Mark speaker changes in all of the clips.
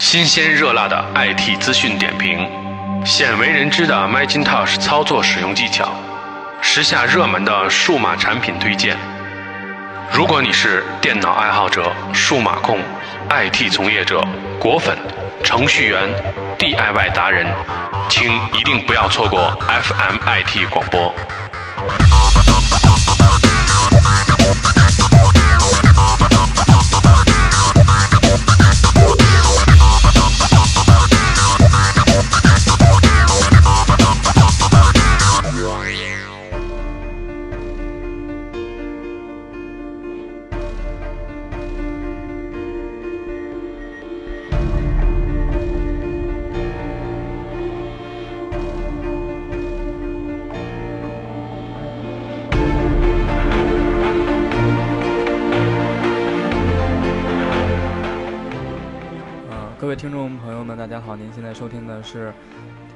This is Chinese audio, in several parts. Speaker 1: 新鲜热辣的 IT 资讯点评，鲜为人知的 Macintosh 操作使用技巧，时下热门的数码产品推荐。如果你是电脑爱好者、数码控、IT 从业者、果粉、程序员、DIY 达人，请一定不要错过 FMIT 广播。
Speaker 2: 呃，各位听众朋友们，大家好，您现在收听的是，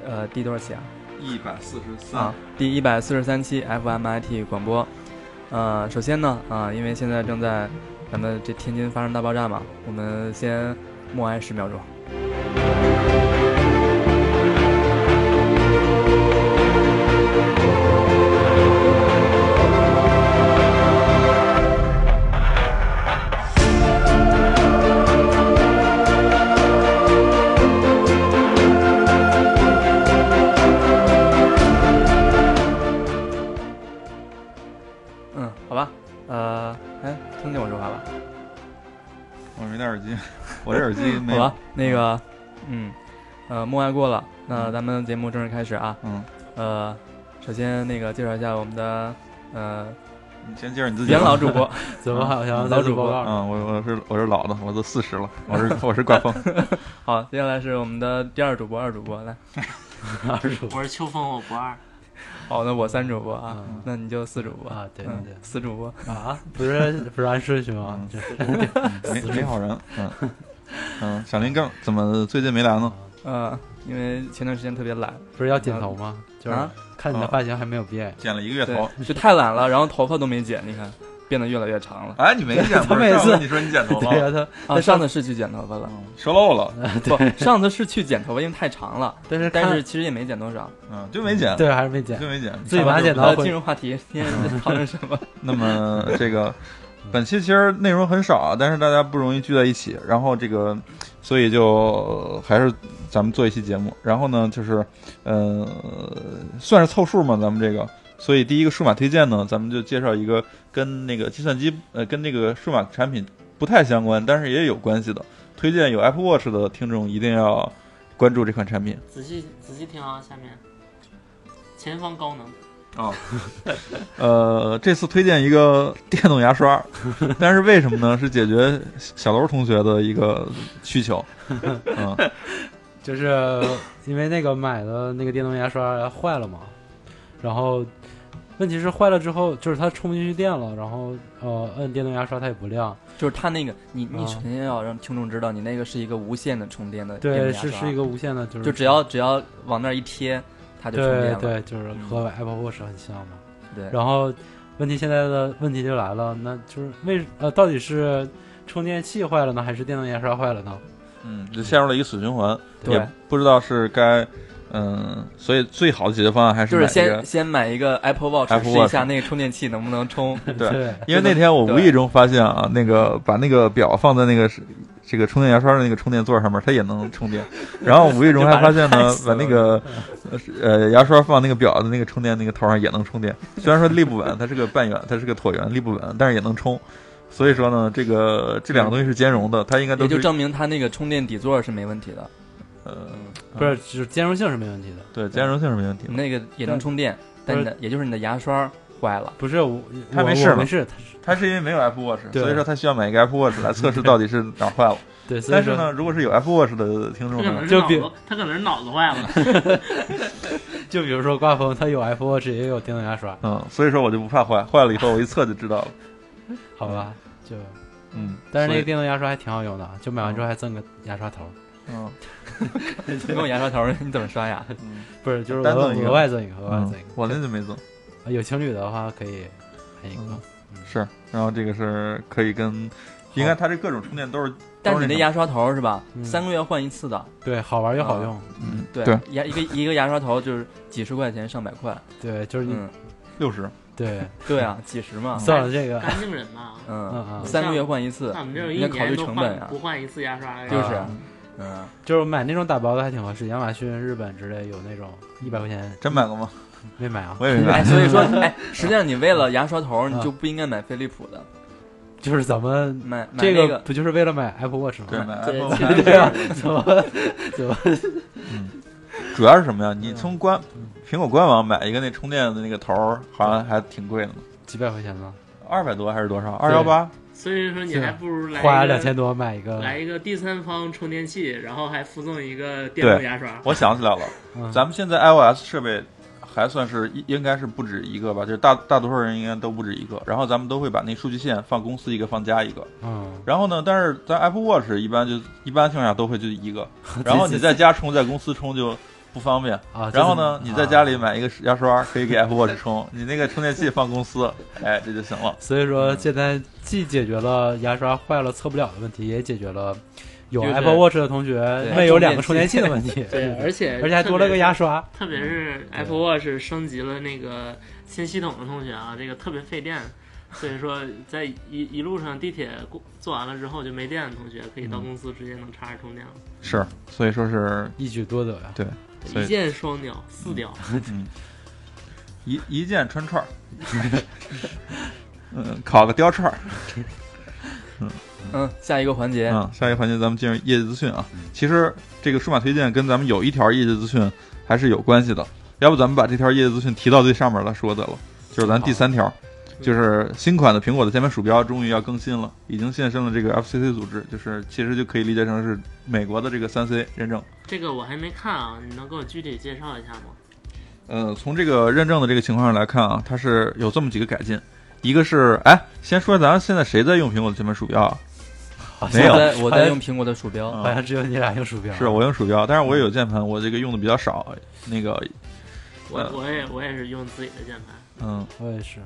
Speaker 2: 呃，第多少期啊？
Speaker 3: 一百四十
Speaker 2: 啊
Speaker 3: 三，，
Speaker 2: 第一百四十三期 FMIT 广播。呃，首先呢，啊、因为现在正在咱们这天津发生大爆炸嘛，我们先默哀十秒钟。嗯，好吧，呃，哎，听见我说话吧？
Speaker 3: 我没戴耳机， 我这耳机没
Speaker 2: 好
Speaker 3: 有
Speaker 2: 吧。，那个，嗯，呃，默哀过了，那咱们节目正式开始啊。
Speaker 3: 嗯，
Speaker 2: 呃，首先那个介绍一下我们的呃
Speaker 3: 你先介绍你自己吧。
Speaker 2: 元老主 播，
Speaker 4: 怎么好像
Speaker 2: 老
Speaker 4: 在
Speaker 2: 主
Speaker 4: 做报
Speaker 2: 播
Speaker 4: 告呢？
Speaker 3: 嗯，我我是我是老的，我都四十了，我是我是怪风。
Speaker 2: 好，接下来是我们的第二主播二主播来，
Speaker 4: 二主播
Speaker 5: 我是秋风，我不二。
Speaker 2: 好，那我三主播啊，
Speaker 4: 嗯
Speaker 2: 那你就四主播，
Speaker 4: 啊，对对
Speaker 2: 嗯，
Speaker 4: 对
Speaker 2: 四主播，
Speaker 4: 啊，不是不是按顺序吗
Speaker 3: 嗯？没没好人。嗯嗯，小林更怎么最近没来呢？
Speaker 2: 呃，因为前段时间特别懒，
Speaker 4: 不是要剪头吗？就是
Speaker 2: 啊
Speaker 4: 看你的发型还没有变，
Speaker 3: 剪了一个月头。
Speaker 2: 对，就太懒了，然后头发都没剪，你看变得越来越长了。
Speaker 3: 哎，你没剪，
Speaker 4: 他
Speaker 3: 不是
Speaker 4: 每
Speaker 3: 上次
Speaker 4: 次
Speaker 3: 你说你剪头发
Speaker 4: 对呀，他
Speaker 2: 啊，上次是去剪头发了，
Speaker 3: 嗯说漏了，
Speaker 2: 不，上次是去剪头发，因为太长了，
Speaker 4: 但是
Speaker 2: 但
Speaker 4: 看
Speaker 2: 是其实也没剪多少。
Speaker 3: 嗯，就没剪，
Speaker 4: 对还是没剪
Speaker 3: 就，没剪。
Speaker 4: 自己把它剪
Speaker 2: 呃
Speaker 4: 刀
Speaker 2: 进
Speaker 4: 回
Speaker 2: 入话题，今天讨论什 么？
Speaker 3: 那么这个本期其实内容很少，啊但是大家不容易聚在一起，然后这个所以就呃还是咱们做一期节目。然后呢，就是呃，算是凑数嘛，咱们这个。所以第一个数码推荐呢，咱们就介绍一个跟那个计算机呃跟那个数码产品不太相关，但是也有关系的。推荐有 Apple Watch 的听众一定要关注这款产品。
Speaker 5: 仔细仔细听啊，下面前方高能，
Speaker 3: 呃，这次推荐一个 电动牙刷，但是为什么呢？是解决小楼同学的一个需求。嗯，
Speaker 4: 就是因为那个买的那个电动牙刷坏了嘛，然后问题是坏了之后，就是它充不进去电了，然后呃摁电动牙刷它也不亮，
Speaker 2: 就是他那个，你你
Speaker 4: 啊
Speaker 2: 首先要让听众知道，你那个是一个无线的充电的电
Speaker 4: 对，
Speaker 2: 动牙
Speaker 4: 是
Speaker 2: 刷
Speaker 4: 是一个无线的，就是
Speaker 2: 就只要只要往那儿一贴，它就充电
Speaker 4: 对
Speaker 2: 了。
Speaker 4: 对，就是和 Apple Watch 很像嘛。
Speaker 2: 对
Speaker 4: 然后问题现在的问题就来了，那就是为呃，到底是充电器坏了呢，还是电动牙刷坏了呢？
Speaker 3: 嗯，就陷入了一个死循环，
Speaker 2: 对
Speaker 3: 也不知道是该嗯，所以最好的解决方案还
Speaker 2: 就是
Speaker 3: 买
Speaker 2: 是
Speaker 3: 一
Speaker 2: 先
Speaker 3: 个。
Speaker 2: 先买一个 Apple Watch
Speaker 3: Apple
Speaker 2: 试一
Speaker 3: Watch
Speaker 2: 下那个充电器能不能充。
Speaker 3: 对 因为那天我无意中发现啊，那个把那个表放在那个是这个充电牙刷的那个充电座上面，它也能充电。然后我无意中还发现
Speaker 2: 就把人
Speaker 3: 呢
Speaker 2: 害，死
Speaker 3: 把
Speaker 2: 了
Speaker 3: 那个呃牙刷放那个表的那个充电那个头上也能充电。虽然说立不稳，它是个半圆，它是个椭圆，立不稳，但是也能充。所以说呢，这个这两个东西是兼容的，它应该
Speaker 2: 也
Speaker 3: 都
Speaker 2: 就是证明它那个充电底座是没问题的，
Speaker 3: 呃
Speaker 4: 不是，就是兼容性是没问题的。
Speaker 3: 对兼容性是没问题
Speaker 2: 你
Speaker 3: 的。
Speaker 2: 那个也能充电，但你的也就是你的牙刷坏了。
Speaker 4: 不是我，
Speaker 3: 它
Speaker 4: 我
Speaker 3: 没事
Speaker 4: 我
Speaker 3: 嘛
Speaker 4: 没事，它是
Speaker 3: 它是因为没有 Apple Watch，
Speaker 4: 对
Speaker 3: 所以说它需要买一个 Apple Watch 来测试到底是哪儿坏了。
Speaker 4: 对，所以
Speaker 3: 但是
Speaker 4: 说
Speaker 3: 呢，，如果是有 Apple Watch 的听
Speaker 5: 他
Speaker 3: 众
Speaker 5: 可
Speaker 3: 呢
Speaker 5: 能，是
Speaker 4: 就
Speaker 5: 脑
Speaker 4: 比
Speaker 5: 子，他可能是脑子坏了。
Speaker 4: 就比如说挂风，它有 Apple Watch 也有电动牙刷，
Speaker 3: 嗯，所以说我就不怕坏，坏了以后我一测就知道了。
Speaker 4: 好吧？就
Speaker 3: 嗯，
Speaker 4: 但
Speaker 3: 所
Speaker 4: 是那
Speaker 3: 以
Speaker 4: 个电动牙刷还挺好用的，就买完之后还赠个牙刷头，
Speaker 3: 嗯，
Speaker 2: 你用牙刷头， 你怎么刷牙？
Speaker 4: 不是，就是
Speaker 3: 单
Speaker 4: 额
Speaker 3: 赠一个
Speaker 4: 额外赠一个，额外
Speaker 3: 嗯
Speaker 4: 赠一个。
Speaker 3: 我那就没做。
Speaker 4: 有情侣的话可以买一个
Speaker 3: 嗯。是，然后这个是可以跟应该它这各种充电都是，
Speaker 2: 但是你那牙刷头是吧？
Speaker 4: 嗯
Speaker 2: 三个月换一次的，
Speaker 4: 对，好玩又好用，
Speaker 3: 嗯，
Speaker 2: 对，
Speaker 3: 对，
Speaker 2: 牙一个一个牙刷头就是几十块钱，上百块，
Speaker 4: 对，就是你、
Speaker 2: 嗯，
Speaker 3: 六十，
Speaker 4: 对
Speaker 2: 对啊，几十
Speaker 3: 嗯
Speaker 2: 嘛，
Speaker 4: 算
Speaker 3: 哎
Speaker 4: 了这个，
Speaker 5: 干净人嘛。
Speaker 2: 嗯
Speaker 4: 嗯，嗯
Speaker 2: 三个月换一次
Speaker 5: 那我，们这有
Speaker 2: 应
Speaker 5: 一
Speaker 2: 该考虑
Speaker 5: 年都
Speaker 2: 成本
Speaker 5: 换
Speaker 2: 啊
Speaker 5: 不，换一次牙刷的，
Speaker 2: 就是
Speaker 4: 啊，
Speaker 2: 嗯，
Speaker 4: 就是买那种打包的还挺合适，亚马逊、日本之类有那种一百块钱
Speaker 3: 真买了吗？
Speaker 4: 没买啊，
Speaker 3: 我也 没买
Speaker 2: 哎，。所以说，哎，实际上你为了牙刷头，你
Speaker 4: 啊
Speaker 2: 就不应该买飞利浦的，
Speaker 4: 就是咱们
Speaker 2: 买买
Speaker 4: 这
Speaker 2: 那
Speaker 4: 个
Speaker 2: 个，
Speaker 4: 不就是为了买 Apple Watch 吗？
Speaker 3: 对，买
Speaker 5: 对
Speaker 3: iPhone
Speaker 5: 其
Speaker 3: 买
Speaker 5: 实
Speaker 4: 对啊，怎么怎么
Speaker 3: 主要是什么呀？你从官苹果官网买一个那充电的那个头儿，好像还挺贵的呢，
Speaker 4: 几百块钱呢？
Speaker 3: 二百多还是多少？二幺八？
Speaker 5: 所以说你还不如来
Speaker 4: 花
Speaker 5: 一个
Speaker 4: 两千多买一个，
Speaker 5: 来一个第三方充电器，然后还附赠一个电
Speaker 3: 对
Speaker 5: 动牙刷。
Speaker 3: 我想起来了，
Speaker 4: 嗯
Speaker 3: 咱们现在 iOS 设备还算是应应该是不止一个吧，就是大大多数人应该都不止一个。然后咱们都会把那数据线放公司一个，放家一个。
Speaker 4: 嗯，
Speaker 3: 然后呢，但是咱 Apple Watch 一般就一般情况下都会就一 个，然后你在家充，在公司充就不方便。
Speaker 4: 啊，
Speaker 3: 然后呢，
Speaker 4: 就是
Speaker 3: 你在家里，买一个牙刷，可以给 Apple Watch 充，你那个充电器放公 司，哎，这就行了
Speaker 4: 啊。所以说现在既解决了牙刷坏了测不了的问题，也解决了有
Speaker 2: 就是
Speaker 4: Apple Watch 的同学没有两个充电器的问题，
Speaker 5: 对，而且
Speaker 4: 而且还多了个牙刷，
Speaker 5: 特别是
Speaker 3: 嗯
Speaker 5: Apple Watch 升级了那个新系统的同学啊，这个特别费电，所以说在一一路上地铁过坐完了之后就没电的同学，可以
Speaker 3: 嗯
Speaker 5: 到公司直接能插着充电了，
Speaker 3: 是，所以说是
Speaker 4: 一举多得呀。
Speaker 3: 所以嗯
Speaker 5: 一箭双鸟，四鸟。
Speaker 3: 一一键穿 串儿，嗯，烤个貂串儿。
Speaker 2: 嗯，下一个环节，
Speaker 3: 嗯，下一个环节咱们进入业绩资讯啊。其实这个数码推荐跟咱们有一条业绩资讯还是有关系的，要不咱们把这条业绩资讯提到最上面来说得了，就是咱第三条。就是新款的苹果的键盘鼠标终于要更新了，已经现身了这个 FCC 组织，就是其实就可以理解成是美国的这个三 C 认证。
Speaker 5: 这个我还没看啊，你能给我具体介绍一下吗？
Speaker 3: 呃，从这个认证的这个情况上来看啊，它是有这么几个改进，一个是哎，先说咱们现在谁在用苹果的键盘鼠标啊？
Speaker 4: 好像
Speaker 3: 没有
Speaker 2: 我在我
Speaker 4: 好
Speaker 2: 在
Speaker 4: 像
Speaker 2: 用苹果的鼠标，
Speaker 3: 嗯
Speaker 4: 好像只有你俩用鼠标，
Speaker 3: 是我用鼠标，但是我也有键盘，我这个用的比较少。那个，
Speaker 5: 我
Speaker 3: 呃
Speaker 5: 我也我也是用自己的键盘，
Speaker 3: 嗯，
Speaker 4: 我也是，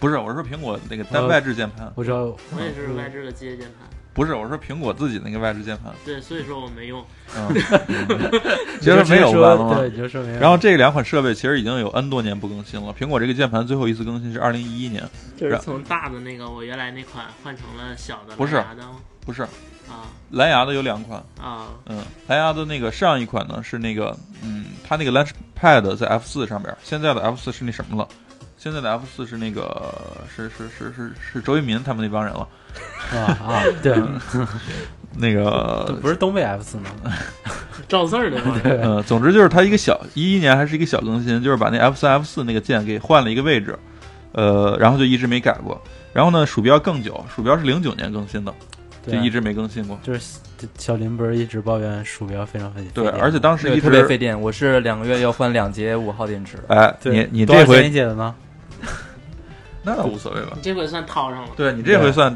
Speaker 3: 不是，我是说苹果那个
Speaker 4: 呃
Speaker 3: 单外置键盘，
Speaker 4: 我知道，
Speaker 5: 我也
Speaker 3: 嗯
Speaker 5: 是外置的机械键盘，
Speaker 3: 不是，我是说苹果自己那个外置键盘。
Speaker 5: 对，所以说我没用。
Speaker 3: 嗯，其实没有
Speaker 4: 你就
Speaker 3: 完
Speaker 4: 说对，
Speaker 3: 了。
Speaker 4: 你就说没有。
Speaker 3: 然后这两款设备其实已经有 N 多年不更新了。苹果这个键盘最后一次更新是二零一一年，
Speaker 5: 就是是从大的那个我原来那款换成了小的
Speaker 3: 不是
Speaker 5: 蓝牙的吗
Speaker 3: 不是
Speaker 5: 啊
Speaker 3: 蓝牙的有两款，
Speaker 5: 啊
Speaker 3: 嗯，蓝牙的那个上一款呢是那个，嗯，它那个 Launchpad 在 F 四上边，现在的 F 四是那什么了？现在的 F 四是那个是是是是是周渝民他们那帮人了，
Speaker 4: 啊 啊，对，
Speaker 3: 那个
Speaker 4: 不是东北 F 四吗？
Speaker 5: 赵 四儿的吗？
Speaker 3: 呃，总之就是它一个小一一年还是一个小更新，就是把那 F 三 F 四那个键给换了一个位置，呃，然后就一直没改过。然后呢，鼠标更久，鼠标是零九年更新的，就
Speaker 4: 对啊，
Speaker 3: 一直没更新过。
Speaker 4: 就是小林不是一直抱怨鼠标非常费劲，
Speaker 3: 对，而且当时
Speaker 2: 对，
Speaker 3: 一
Speaker 2: 特别
Speaker 3: 直
Speaker 2: 费电，我是两个月要换两节五号电池，
Speaker 3: 哎，
Speaker 4: 对
Speaker 3: 你你
Speaker 4: 多少
Speaker 3: 这
Speaker 4: 钱你
Speaker 3: 回
Speaker 4: 姐的呢？
Speaker 3: 那倒无所谓吧？
Speaker 5: 这回算掏上了。
Speaker 3: 对你这回
Speaker 4: 对
Speaker 3: 算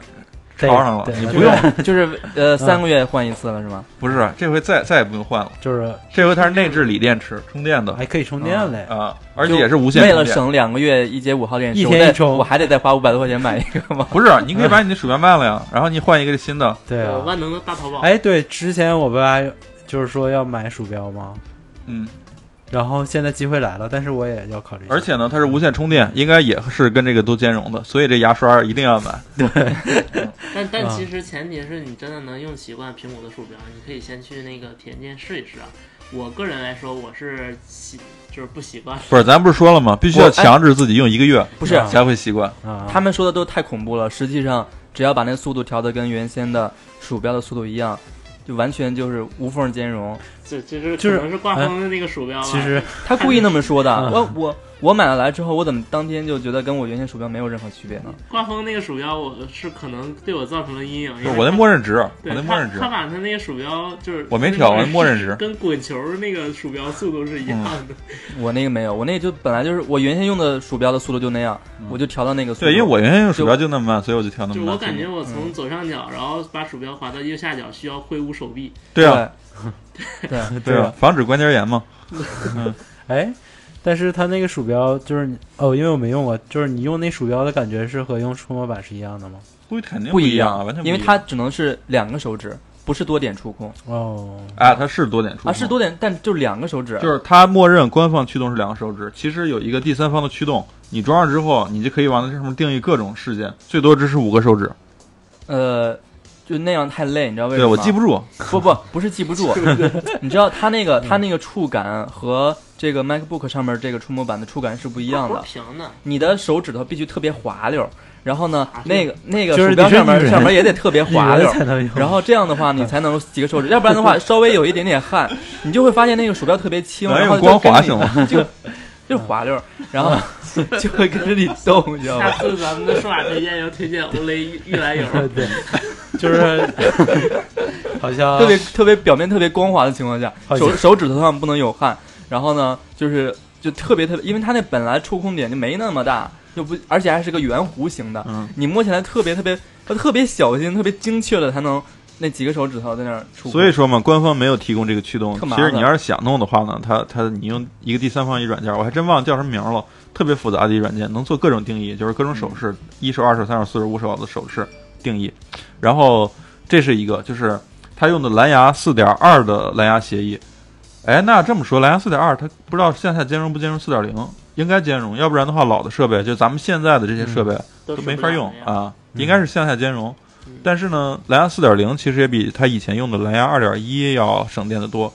Speaker 4: 对
Speaker 3: 抄上了
Speaker 4: 对
Speaker 3: 你
Speaker 4: 对
Speaker 3: 不用嗯
Speaker 2: 就是呃三个月换一次了是吗？
Speaker 3: 不是这回再再也不用换了，
Speaker 4: 就是
Speaker 3: 这回它是内置锂电池充电的
Speaker 4: 还可以充电嘞。
Speaker 3: 啊，而且也是无线
Speaker 2: 为
Speaker 3: 充
Speaker 2: 了
Speaker 3: 电。
Speaker 2: 省两个月一节五号电池，
Speaker 4: 一
Speaker 2: 我
Speaker 4: 天一
Speaker 2: 再
Speaker 4: 充
Speaker 2: 我还得再花五百多块钱买一个 吗？
Speaker 3: 不是，你 可以把你的鼠标卖了呀，然后你换一个新的，
Speaker 4: 对
Speaker 5: 我
Speaker 4: 啊，
Speaker 5: 万能的大淘宝，
Speaker 4: 哎，对，之前我不还就是说要买鼠标吗？
Speaker 3: 嗯，
Speaker 4: 然后现在机会来了，但是我也要考虑一下。
Speaker 3: 而且呢，它是无线充电，应该也是跟这个都兼容的，所以这牙刷一定要买。
Speaker 5: 但
Speaker 4: 啊
Speaker 5: 但其实前提是你真的能用习惯苹果的鼠标，你可以先去那个体验店试一试啊。我个人来说，我是习就是不习惯，
Speaker 3: 不是，咱不是说了吗？必须要强制自己用一个月
Speaker 2: 不是，
Speaker 4: 啊
Speaker 3: 才会习惯。
Speaker 4: 啊，
Speaker 2: 他们说的都太恐怖了，实际上只要把那速度调的跟原先的鼠标的速度一样，就完全就是无缝兼容。
Speaker 5: 这这是
Speaker 4: 就是
Speaker 5: 可能是挂
Speaker 3: 哎
Speaker 5: 风的那个鼠标吧。
Speaker 4: 其实
Speaker 2: 他故意那么说的。
Speaker 4: 嗯
Speaker 2: 我我我买了来之后，我怎么当天就觉得跟我原先鼠标没有任何区别呢？
Speaker 5: 挂风那个鼠标，我是可能对我造成了阴影。
Speaker 3: 不
Speaker 5: 因
Speaker 3: 是
Speaker 5: 为
Speaker 3: 我那
Speaker 5: 它
Speaker 3: 默认值，我
Speaker 5: 对
Speaker 3: 那默
Speaker 5: 他
Speaker 3: 认值
Speaker 5: 他，把他那个鼠标就是
Speaker 3: 我没调
Speaker 5: 跟
Speaker 3: 我那默认值嗯
Speaker 5: 跟滚球那个鼠标速度是一样的。
Speaker 2: 我那个没有，我那就本来就是我原先用的鼠标的速度就那样，我就调到那个速度。
Speaker 3: 嗯对，因为我原先用鼠标就那么慢，所以我就嗯调那
Speaker 5: 就
Speaker 3: 么
Speaker 5: 我
Speaker 3: 慢。
Speaker 5: 感觉我从左上角，然后把鼠标滑到右下角，需要挥舞手臂。
Speaker 3: 对啊，
Speaker 2: 对对
Speaker 3: 对啊，防止关节炎嘛。
Speaker 4: 哎，但是它那个鼠标就是你哦，因为我没用过，就是你用那鼠标的感觉是和用触摸板是一样的吗？
Speaker 3: 估计肯定
Speaker 2: 不
Speaker 3: 一
Speaker 2: 一
Speaker 3: 样啊，完全不
Speaker 2: 因为
Speaker 3: 一
Speaker 2: 它
Speaker 3: 样
Speaker 2: 只能是两个手指，不是多点触控
Speaker 4: 哦，
Speaker 3: 啊，它是多点触
Speaker 2: 啊，
Speaker 3: 控
Speaker 2: 是多点，但就两个手指，
Speaker 3: 就是它默认官方驱动是两个手指，其实有一个第三方的驱动，你装上之后，你就可以往那上面定义各种事件，最多支持五个手指。
Speaker 2: 呃，就那样太累，你知道为什
Speaker 3: 对
Speaker 2: 么
Speaker 3: 我
Speaker 2: 吗？
Speaker 3: 记不住，
Speaker 2: 不不不是记不住， 你知道它那个它那个触感和这个 MacBook 上面这个触摸板的触感是不一样
Speaker 5: 不是
Speaker 2: 的，
Speaker 5: 平的，
Speaker 2: 你的手指头必须特别滑溜，然后呢
Speaker 5: 滑，溜
Speaker 2: 那个那个
Speaker 4: 就是
Speaker 2: 鼠标
Speaker 4: 你是
Speaker 2: 上
Speaker 4: 女
Speaker 2: 面
Speaker 4: 人
Speaker 2: 上面也得特别滑
Speaker 4: 女
Speaker 2: 溜
Speaker 4: 人。才能用，嗯
Speaker 2: 然后这样的话，你才能几个手指，要不然的 话，稍微有一点点汗，你就会发现那个鼠标特别轻，
Speaker 3: 咱
Speaker 2: 然
Speaker 3: 用
Speaker 2: 后
Speaker 3: 光
Speaker 2: 就
Speaker 3: 滑
Speaker 2: 跟你
Speaker 3: 行吗？
Speaker 2: 就就滑 溜儿，然后
Speaker 4: 嗯
Speaker 2: 就会跟着你动，你知道
Speaker 5: 下
Speaker 2: 吗？
Speaker 5: 次咱们的数码推荐要推荐欧蕾玉兰油，
Speaker 4: 对，就是 好 像
Speaker 2: 特别特别表面特别光滑的情况下，
Speaker 4: 好
Speaker 2: 手
Speaker 4: 像
Speaker 2: 手指头上不能有汗。然后呢，就是就特别特别，因为它那本来触控点就没那么大，又不而且还是个圆弧形的，
Speaker 3: 嗯，
Speaker 2: 你摸起来特别特别，要特别小心、特别精确的才能那几个手指头在那儿触控。
Speaker 3: 所以说嘛，官方没有提供这个驱动。
Speaker 2: 特
Speaker 3: 其
Speaker 2: 麻
Speaker 3: 实
Speaker 2: 烦
Speaker 3: 你要是想弄的话呢，它它你用一个第三方一软件，我还真忘了叫什么名儿了，特别复杂的一软件，能做各种定义，就是各种手
Speaker 2: 嗯
Speaker 3: 势，一手、二手、三手、四手、五手的手势定义。然后这是一个，就是它用的蓝牙四点二的蓝牙协议。哎，那这么说，蓝牙四点二它不知道向下兼容不兼容四点零，应该兼容，要不然的话，老的设备就咱们现在的这些设备啊
Speaker 5: 都
Speaker 3: 都
Speaker 5: 是
Speaker 3: 没法用
Speaker 5: 不一样的呀。
Speaker 3: 啊，应该是向下兼容
Speaker 5: 嗯。
Speaker 3: 但是呢，蓝牙四点零其实也比它以前用的蓝牙二点一要省电的多。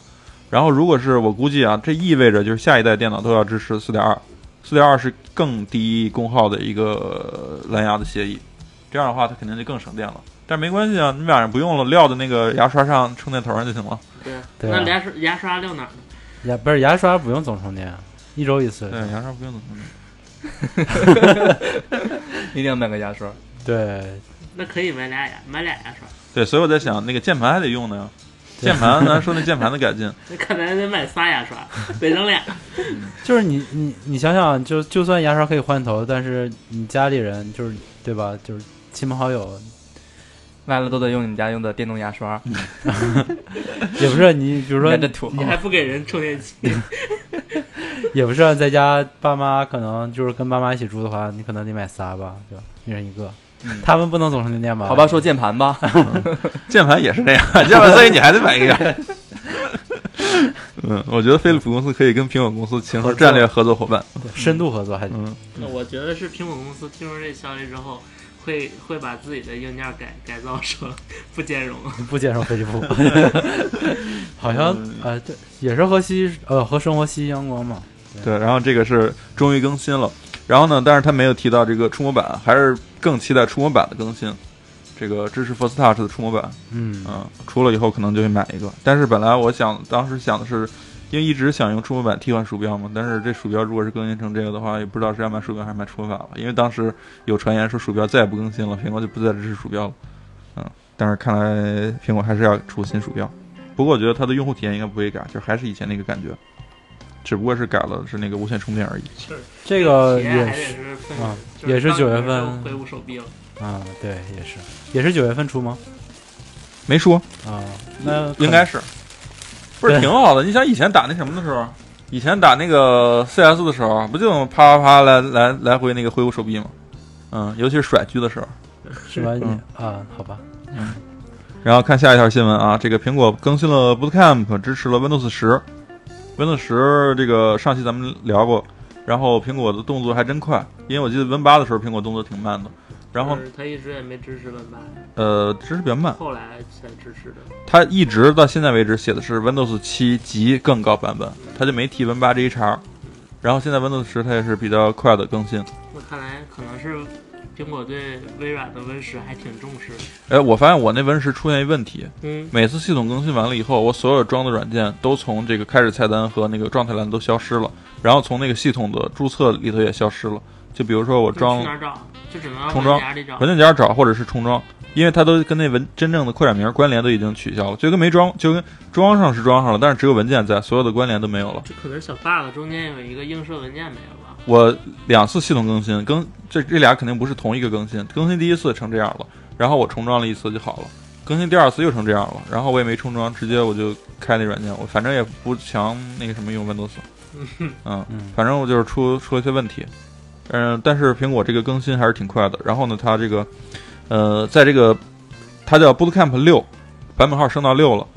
Speaker 3: 然后，如果是我估计啊，这意味着就是下一代电脑都要支持四点二，四点二是更低功耗的一个蓝牙的协议。这样的话，它肯定就更省电了。但没关系啊，你晚上不用了，撂到那个牙刷上充电头上就行了。
Speaker 5: 对，
Speaker 4: 对
Speaker 5: 那
Speaker 4: 啊
Speaker 5: 牙刷牙刷撂哪儿呢？
Speaker 4: 牙不是牙刷不用总充电，一周一次
Speaker 3: 对，。
Speaker 2: 嗯
Speaker 3: 牙刷不用怎么充电。
Speaker 2: 一定要买个牙刷。
Speaker 4: 对，
Speaker 5: 那可以买俩牙，买俩牙刷。
Speaker 3: 对，所以我在想，那个键盘还得用呢。键盘，咱说那键盘的改进，
Speaker 5: 那看来得买仨牙刷， 得扔俩。
Speaker 4: 就是你你你想想，就就算牙刷可以换头，但是你家里人就是对吧？就是亲朋好友
Speaker 2: 来了都得用你们家用的电动牙刷，
Speaker 4: 也不是你，比 如说
Speaker 2: 连着土
Speaker 5: 你还不给人充电器，
Speaker 4: 也不是啊在家，爸妈可能就是跟爸妈一起住的话，你可能得买仨吧，对吧？一人一个，
Speaker 2: 嗯
Speaker 4: 他们不能总充电吧？
Speaker 2: 好吧，，说键盘吧，
Speaker 3: 键盘也是 这样，键盘所以你还得买一个。 嗯，我觉得飞利浦公司可以跟苹果公司形成战略合作伙伴。
Speaker 4: 对深度合作还
Speaker 3: 嗯，
Speaker 5: 那我觉得是苹果公司听说这消息之后，会会把自己的硬件改改造成 不兼容。
Speaker 4: 不接受飞利浦， 好像
Speaker 2: 嗯
Speaker 4: 呃，对，也是和息呃和生活息息相关嘛。
Speaker 3: 对。然后这个是终于更新了，然后呢，但是他没有提到这个触摸板，还是更期待触摸板的更新。这个支持 Force Touch 的触摸板，
Speaker 4: 嗯，
Speaker 3: 嗯，出了以后可能就会买一个。但是本来我想，当时想的是，因为一直想用触摸板替换鼠标嘛。但是这鼠标如果是更新成这个的话，也不知道是要买鼠标还是买触摸板了。因为当时有传言说鼠标再也不更新了，苹果就不再支持鼠标了。嗯，但是看来苹果还是要出新鼠标。不过我觉得它的用户体验应该不会改，就还是以前那个感觉，只不过是改了是那个无线充电而已。
Speaker 4: 这个
Speaker 5: 体验
Speaker 4: 也
Speaker 5: 还得
Speaker 4: 是
Speaker 5: 是分
Speaker 4: 啊，
Speaker 5: 就
Speaker 4: 也是
Speaker 5: 当
Speaker 4: 九月
Speaker 5: 时就
Speaker 4: 份
Speaker 5: 恢复手臂了。
Speaker 4: 啊，对，也是也是九月份出吗？
Speaker 3: 没说，
Speaker 4: 啊，那
Speaker 3: 应该是，不是
Speaker 4: 对
Speaker 3: 挺好的？你想以前打那什么的时候，以前打那个 CS 的时候，不就啪啪啪来来来回那个挥舞手臂吗？嗯，尤其是甩狙的时候。
Speaker 4: 是吧？你
Speaker 3: 嗯
Speaker 4: 啊，好吧，
Speaker 3: 然后看下一条新闻啊，这个苹果更新了 Bootcamp，支持了 Windows 十。Windows 十这个上期咱们聊过，然后苹果的动作还真快，因为我记得 Win 八的时候苹果动作挺慢的，然后
Speaker 5: 就是他一直也没支持 Win 八，
Speaker 3: 呃支持比较慢。
Speaker 5: 后来才支持的。
Speaker 3: 它一直到现在为止写的是 Windows 7及更高版本，它就没提 Win 8这一茬儿。然后现在 Windows 10它也是比较快的更新。
Speaker 5: 那看来可能是苹果对微软的 Win 十还挺重视的。
Speaker 3: 哎，我发现我那 Win 10出现一问题，
Speaker 5: 嗯，
Speaker 3: 每次系统更新完了以后，我所有装的软件都从这个开始菜单和那个状态栏都消失了，然后从那个系统的注册里头也消失了。就比如说我
Speaker 5: 我
Speaker 3: 装
Speaker 5: 去哪儿找？就只能
Speaker 3: 重
Speaker 5: 往
Speaker 3: 装
Speaker 5: 家里找。
Speaker 3: 文件夹找或者是重装，因为它都跟那文真正的扩展名关联都已经取消了，就跟没装，就跟装上是装上了，但是只有文件在，所有的关联都没有了。
Speaker 5: 这可能是小 bug，中间有一个映射文件没了吧？
Speaker 3: 我两次系统更新，更这这俩肯定不是同一个更新。更新第一次成这样了，然后我重装了一次就好了。更新第二次又成这样了，然后我也没重装，直接我就开那软件，我反正也不强那个什么用 Windows，嗯，
Speaker 4: 嗯，
Speaker 3: 反正我就是出出了一些问题。嗯、但是苹果这个更新还是挺快的。然后呢，它这个呃，在这个它叫 Bootcamp 六版本号升到六了，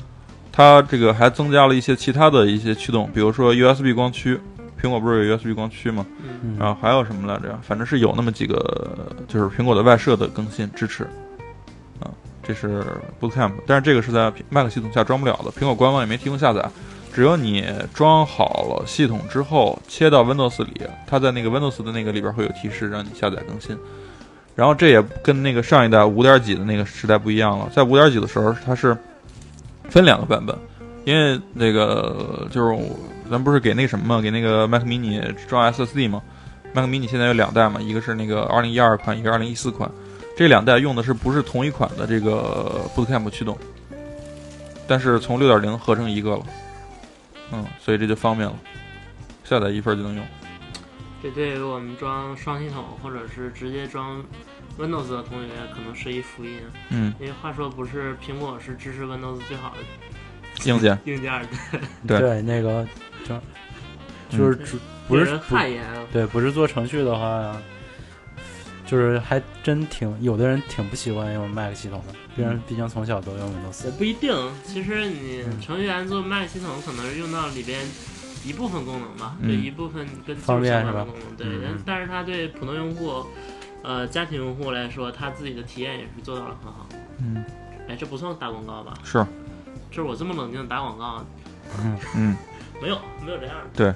Speaker 3: 它这个还增加了一些其他的一些驱动，比如说 USB 光驱，苹果不是有 USB 光驱吗？
Speaker 5: 嗯，
Speaker 4: 嗯
Speaker 3: 然后还有什么来着？反正是有那么几个，就是苹果的外设的更新支持，啊，这是 Bootcamp，但是这个是在 Mac 系统下装不了的，苹果官网也没提供下载，只有你装好了系统之后切到 Windows 里，它在那个 Windows 的那个里边会有提示让你下载更新。然后这也跟那个上一代五点几的那个时代不一样了，在五点几的时候它是分两个版本，因为那个就是我咱不是给那个什么嘛，给那个 Mac mini 装 SSD 吗？Mac mini 现在有两代嘛，一个是那个2012款，一个2014款，这两代用的是不是同一款的这个 Bootcamp 驱动？但是从6.0合成一个了，嗯，所以这就方便了，下载一份就能用。
Speaker 5: 这对于我们装双系统或者是直接装 Windows 的同学可能是一福音，
Speaker 3: 嗯，
Speaker 5: 因为话说不是苹果是支持 Windows 最好的
Speaker 3: 硬件
Speaker 5: 硬件的，
Speaker 3: 对
Speaker 4: 对，那个就就是嗯主 不
Speaker 5: 有
Speaker 4: 是
Speaker 5: 人
Speaker 4: 不
Speaker 5: 汗颜啊。
Speaker 4: 对，不是做程序的话，就是还真挺有的人挺不习惯用 Mac 系统的，别人毕竟从小都用 Windows
Speaker 5: 也。不一定，其实你
Speaker 4: 嗯
Speaker 5: 程序员做 Mac 系统可能用到里边一部分功能吧，
Speaker 3: 嗯
Speaker 5: 对一部分跟技
Speaker 4: 方
Speaker 5: 术
Speaker 4: 便
Speaker 5: 相关的
Speaker 4: 是吧
Speaker 5: 功
Speaker 4: 嗯。
Speaker 5: 能，对但
Speaker 4: 嗯
Speaker 5: 但是它对普通用户，呃，家庭用户来说，他自己的体验也是做到了很好。
Speaker 3: 嗯，
Speaker 5: 哎，这不算打广告吧？
Speaker 3: 是，
Speaker 5: 就是我这么冷静地打广告，啊
Speaker 3: 嗯，
Speaker 5: 没有没有这样的。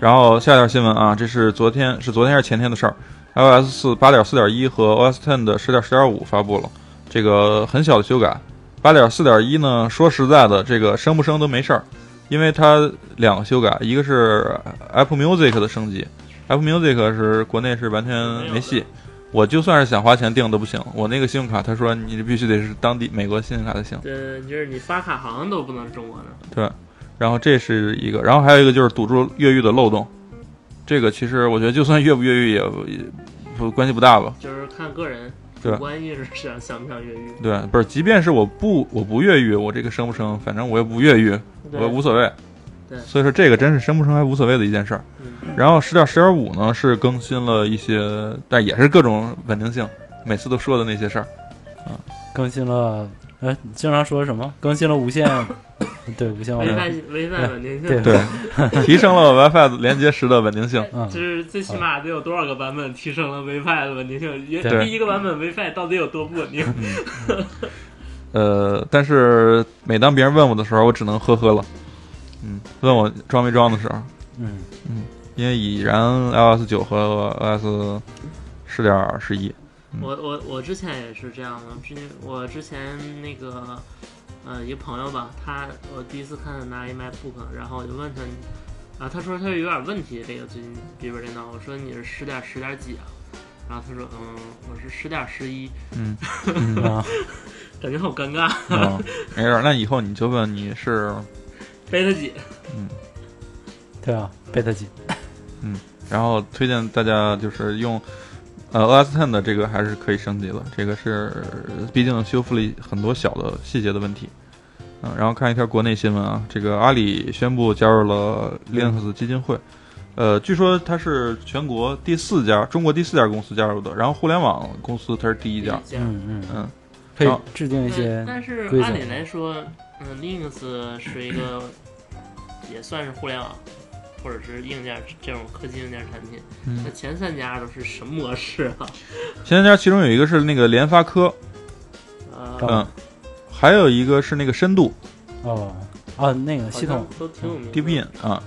Speaker 3: 然后下一条新闻啊，这是昨天是昨天还是前天的事儿，iOS 四八点四点一和 OS Ten 的十点十点五发布了，这个很小的修改。八点四点一呢，说实在的，这个升不升都没事儿，因为它两个修改，一个是 Apple Music 的升级，Apple Music 是国内是完全没戏。我就算是想花钱订都不行，我那个信用卡，他说你必须得是当地美国信用卡才行。
Speaker 5: 对，就是你发卡好像都不能是中国的。
Speaker 3: 然后这是一个，然后还有一个就是堵住越狱的漏洞，这个其实我觉得就算越不越狱也也不关系不大吧。
Speaker 5: 就是看个人
Speaker 3: 对啊
Speaker 5: 主观意识想想不想越狱。
Speaker 3: 对，不是，即便是我不我不越狱，我这个生不生，反正我也不越狱，我无所谓。
Speaker 5: 对
Speaker 3: 所以说这个真是生不生还无所谓的一件事儿。
Speaker 5: 嗯
Speaker 3: 然后十点十点五呢是更新了一些，但也是各种稳定性，每次都说的那些事儿。
Speaker 4: 更新了，呃，你经常说什么？更新了无 线，对无线网
Speaker 5: 违
Speaker 4: 络，
Speaker 5: 反违反稳定性。
Speaker 4: 对
Speaker 3: 嗯对，提升了 WiFi 连接时的稳定性。
Speaker 4: 嗯
Speaker 5: 就是最起码得有多少个版本提升了 WiFi 的稳定性？原
Speaker 4: 对
Speaker 5: 第一个版本 WiFi 到底有多不稳定？
Speaker 3: 呃，但是每当别人问我的时候，我只能呵呵了。嗯，问我装没装的时候，
Speaker 4: 嗯，
Speaker 3: 因为已然 iOS 九和 iOS 十点十一，
Speaker 5: 我我我之前也是这样的，之前我之前那个呃一个朋友吧，他我第一次看他拿一 MacBook，然后我就问他，啊他说他有点问题，这个最近笔记本电脑，我说你是十点十点几啊？然后他说嗯我是十点十一，
Speaker 3: 嗯，
Speaker 4: 啊，
Speaker 5: 感觉好尴尬，
Speaker 3: 啊，没事儿，那以后你就问你是，
Speaker 5: 背他几？
Speaker 4: 对啊，贝塔几，
Speaker 3: 然后推荐大家就是用，呃，OS Ten 的这个还是可以升级的，这个是毕竟修复了很多小的细节的问题。嗯，然后看一条国内新闻啊，这个阿里宣布加入了 Linux 基金会，呃，据说它是全国第四家，中国第四家公司加入的，然后互联网公司它是第一家，
Speaker 5: 这样。
Speaker 4: 嗯嗯
Speaker 3: 嗯，
Speaker 4: 可以
Speaker 3: 好
Speaker 4: 制定一
Speaker 5: 啊对
Speaker 4: 些，
Speaker 5: 但是
Speaker 4: 规则
Speaker 5: 按理来说，嗯、l i n u x 是一个也算是互联网或者是硬件这种科技硬件产品。
Speaker 3: 嗯
Speaker 5: 那前三家都是什么模式啊？
Speaker 3: 前三家其中有一个是那个联发科，
Speaker 5: 呃，
Speaker 4: 哦
Speaker 3: 嗯，还有一个是那个深度
Speaker 4: 哦哦，那个
Speaker 5: 好像
Speaker 4: 系统，
Speaker 5: 都挺有名的
Speaker 3: DeepIn 啊，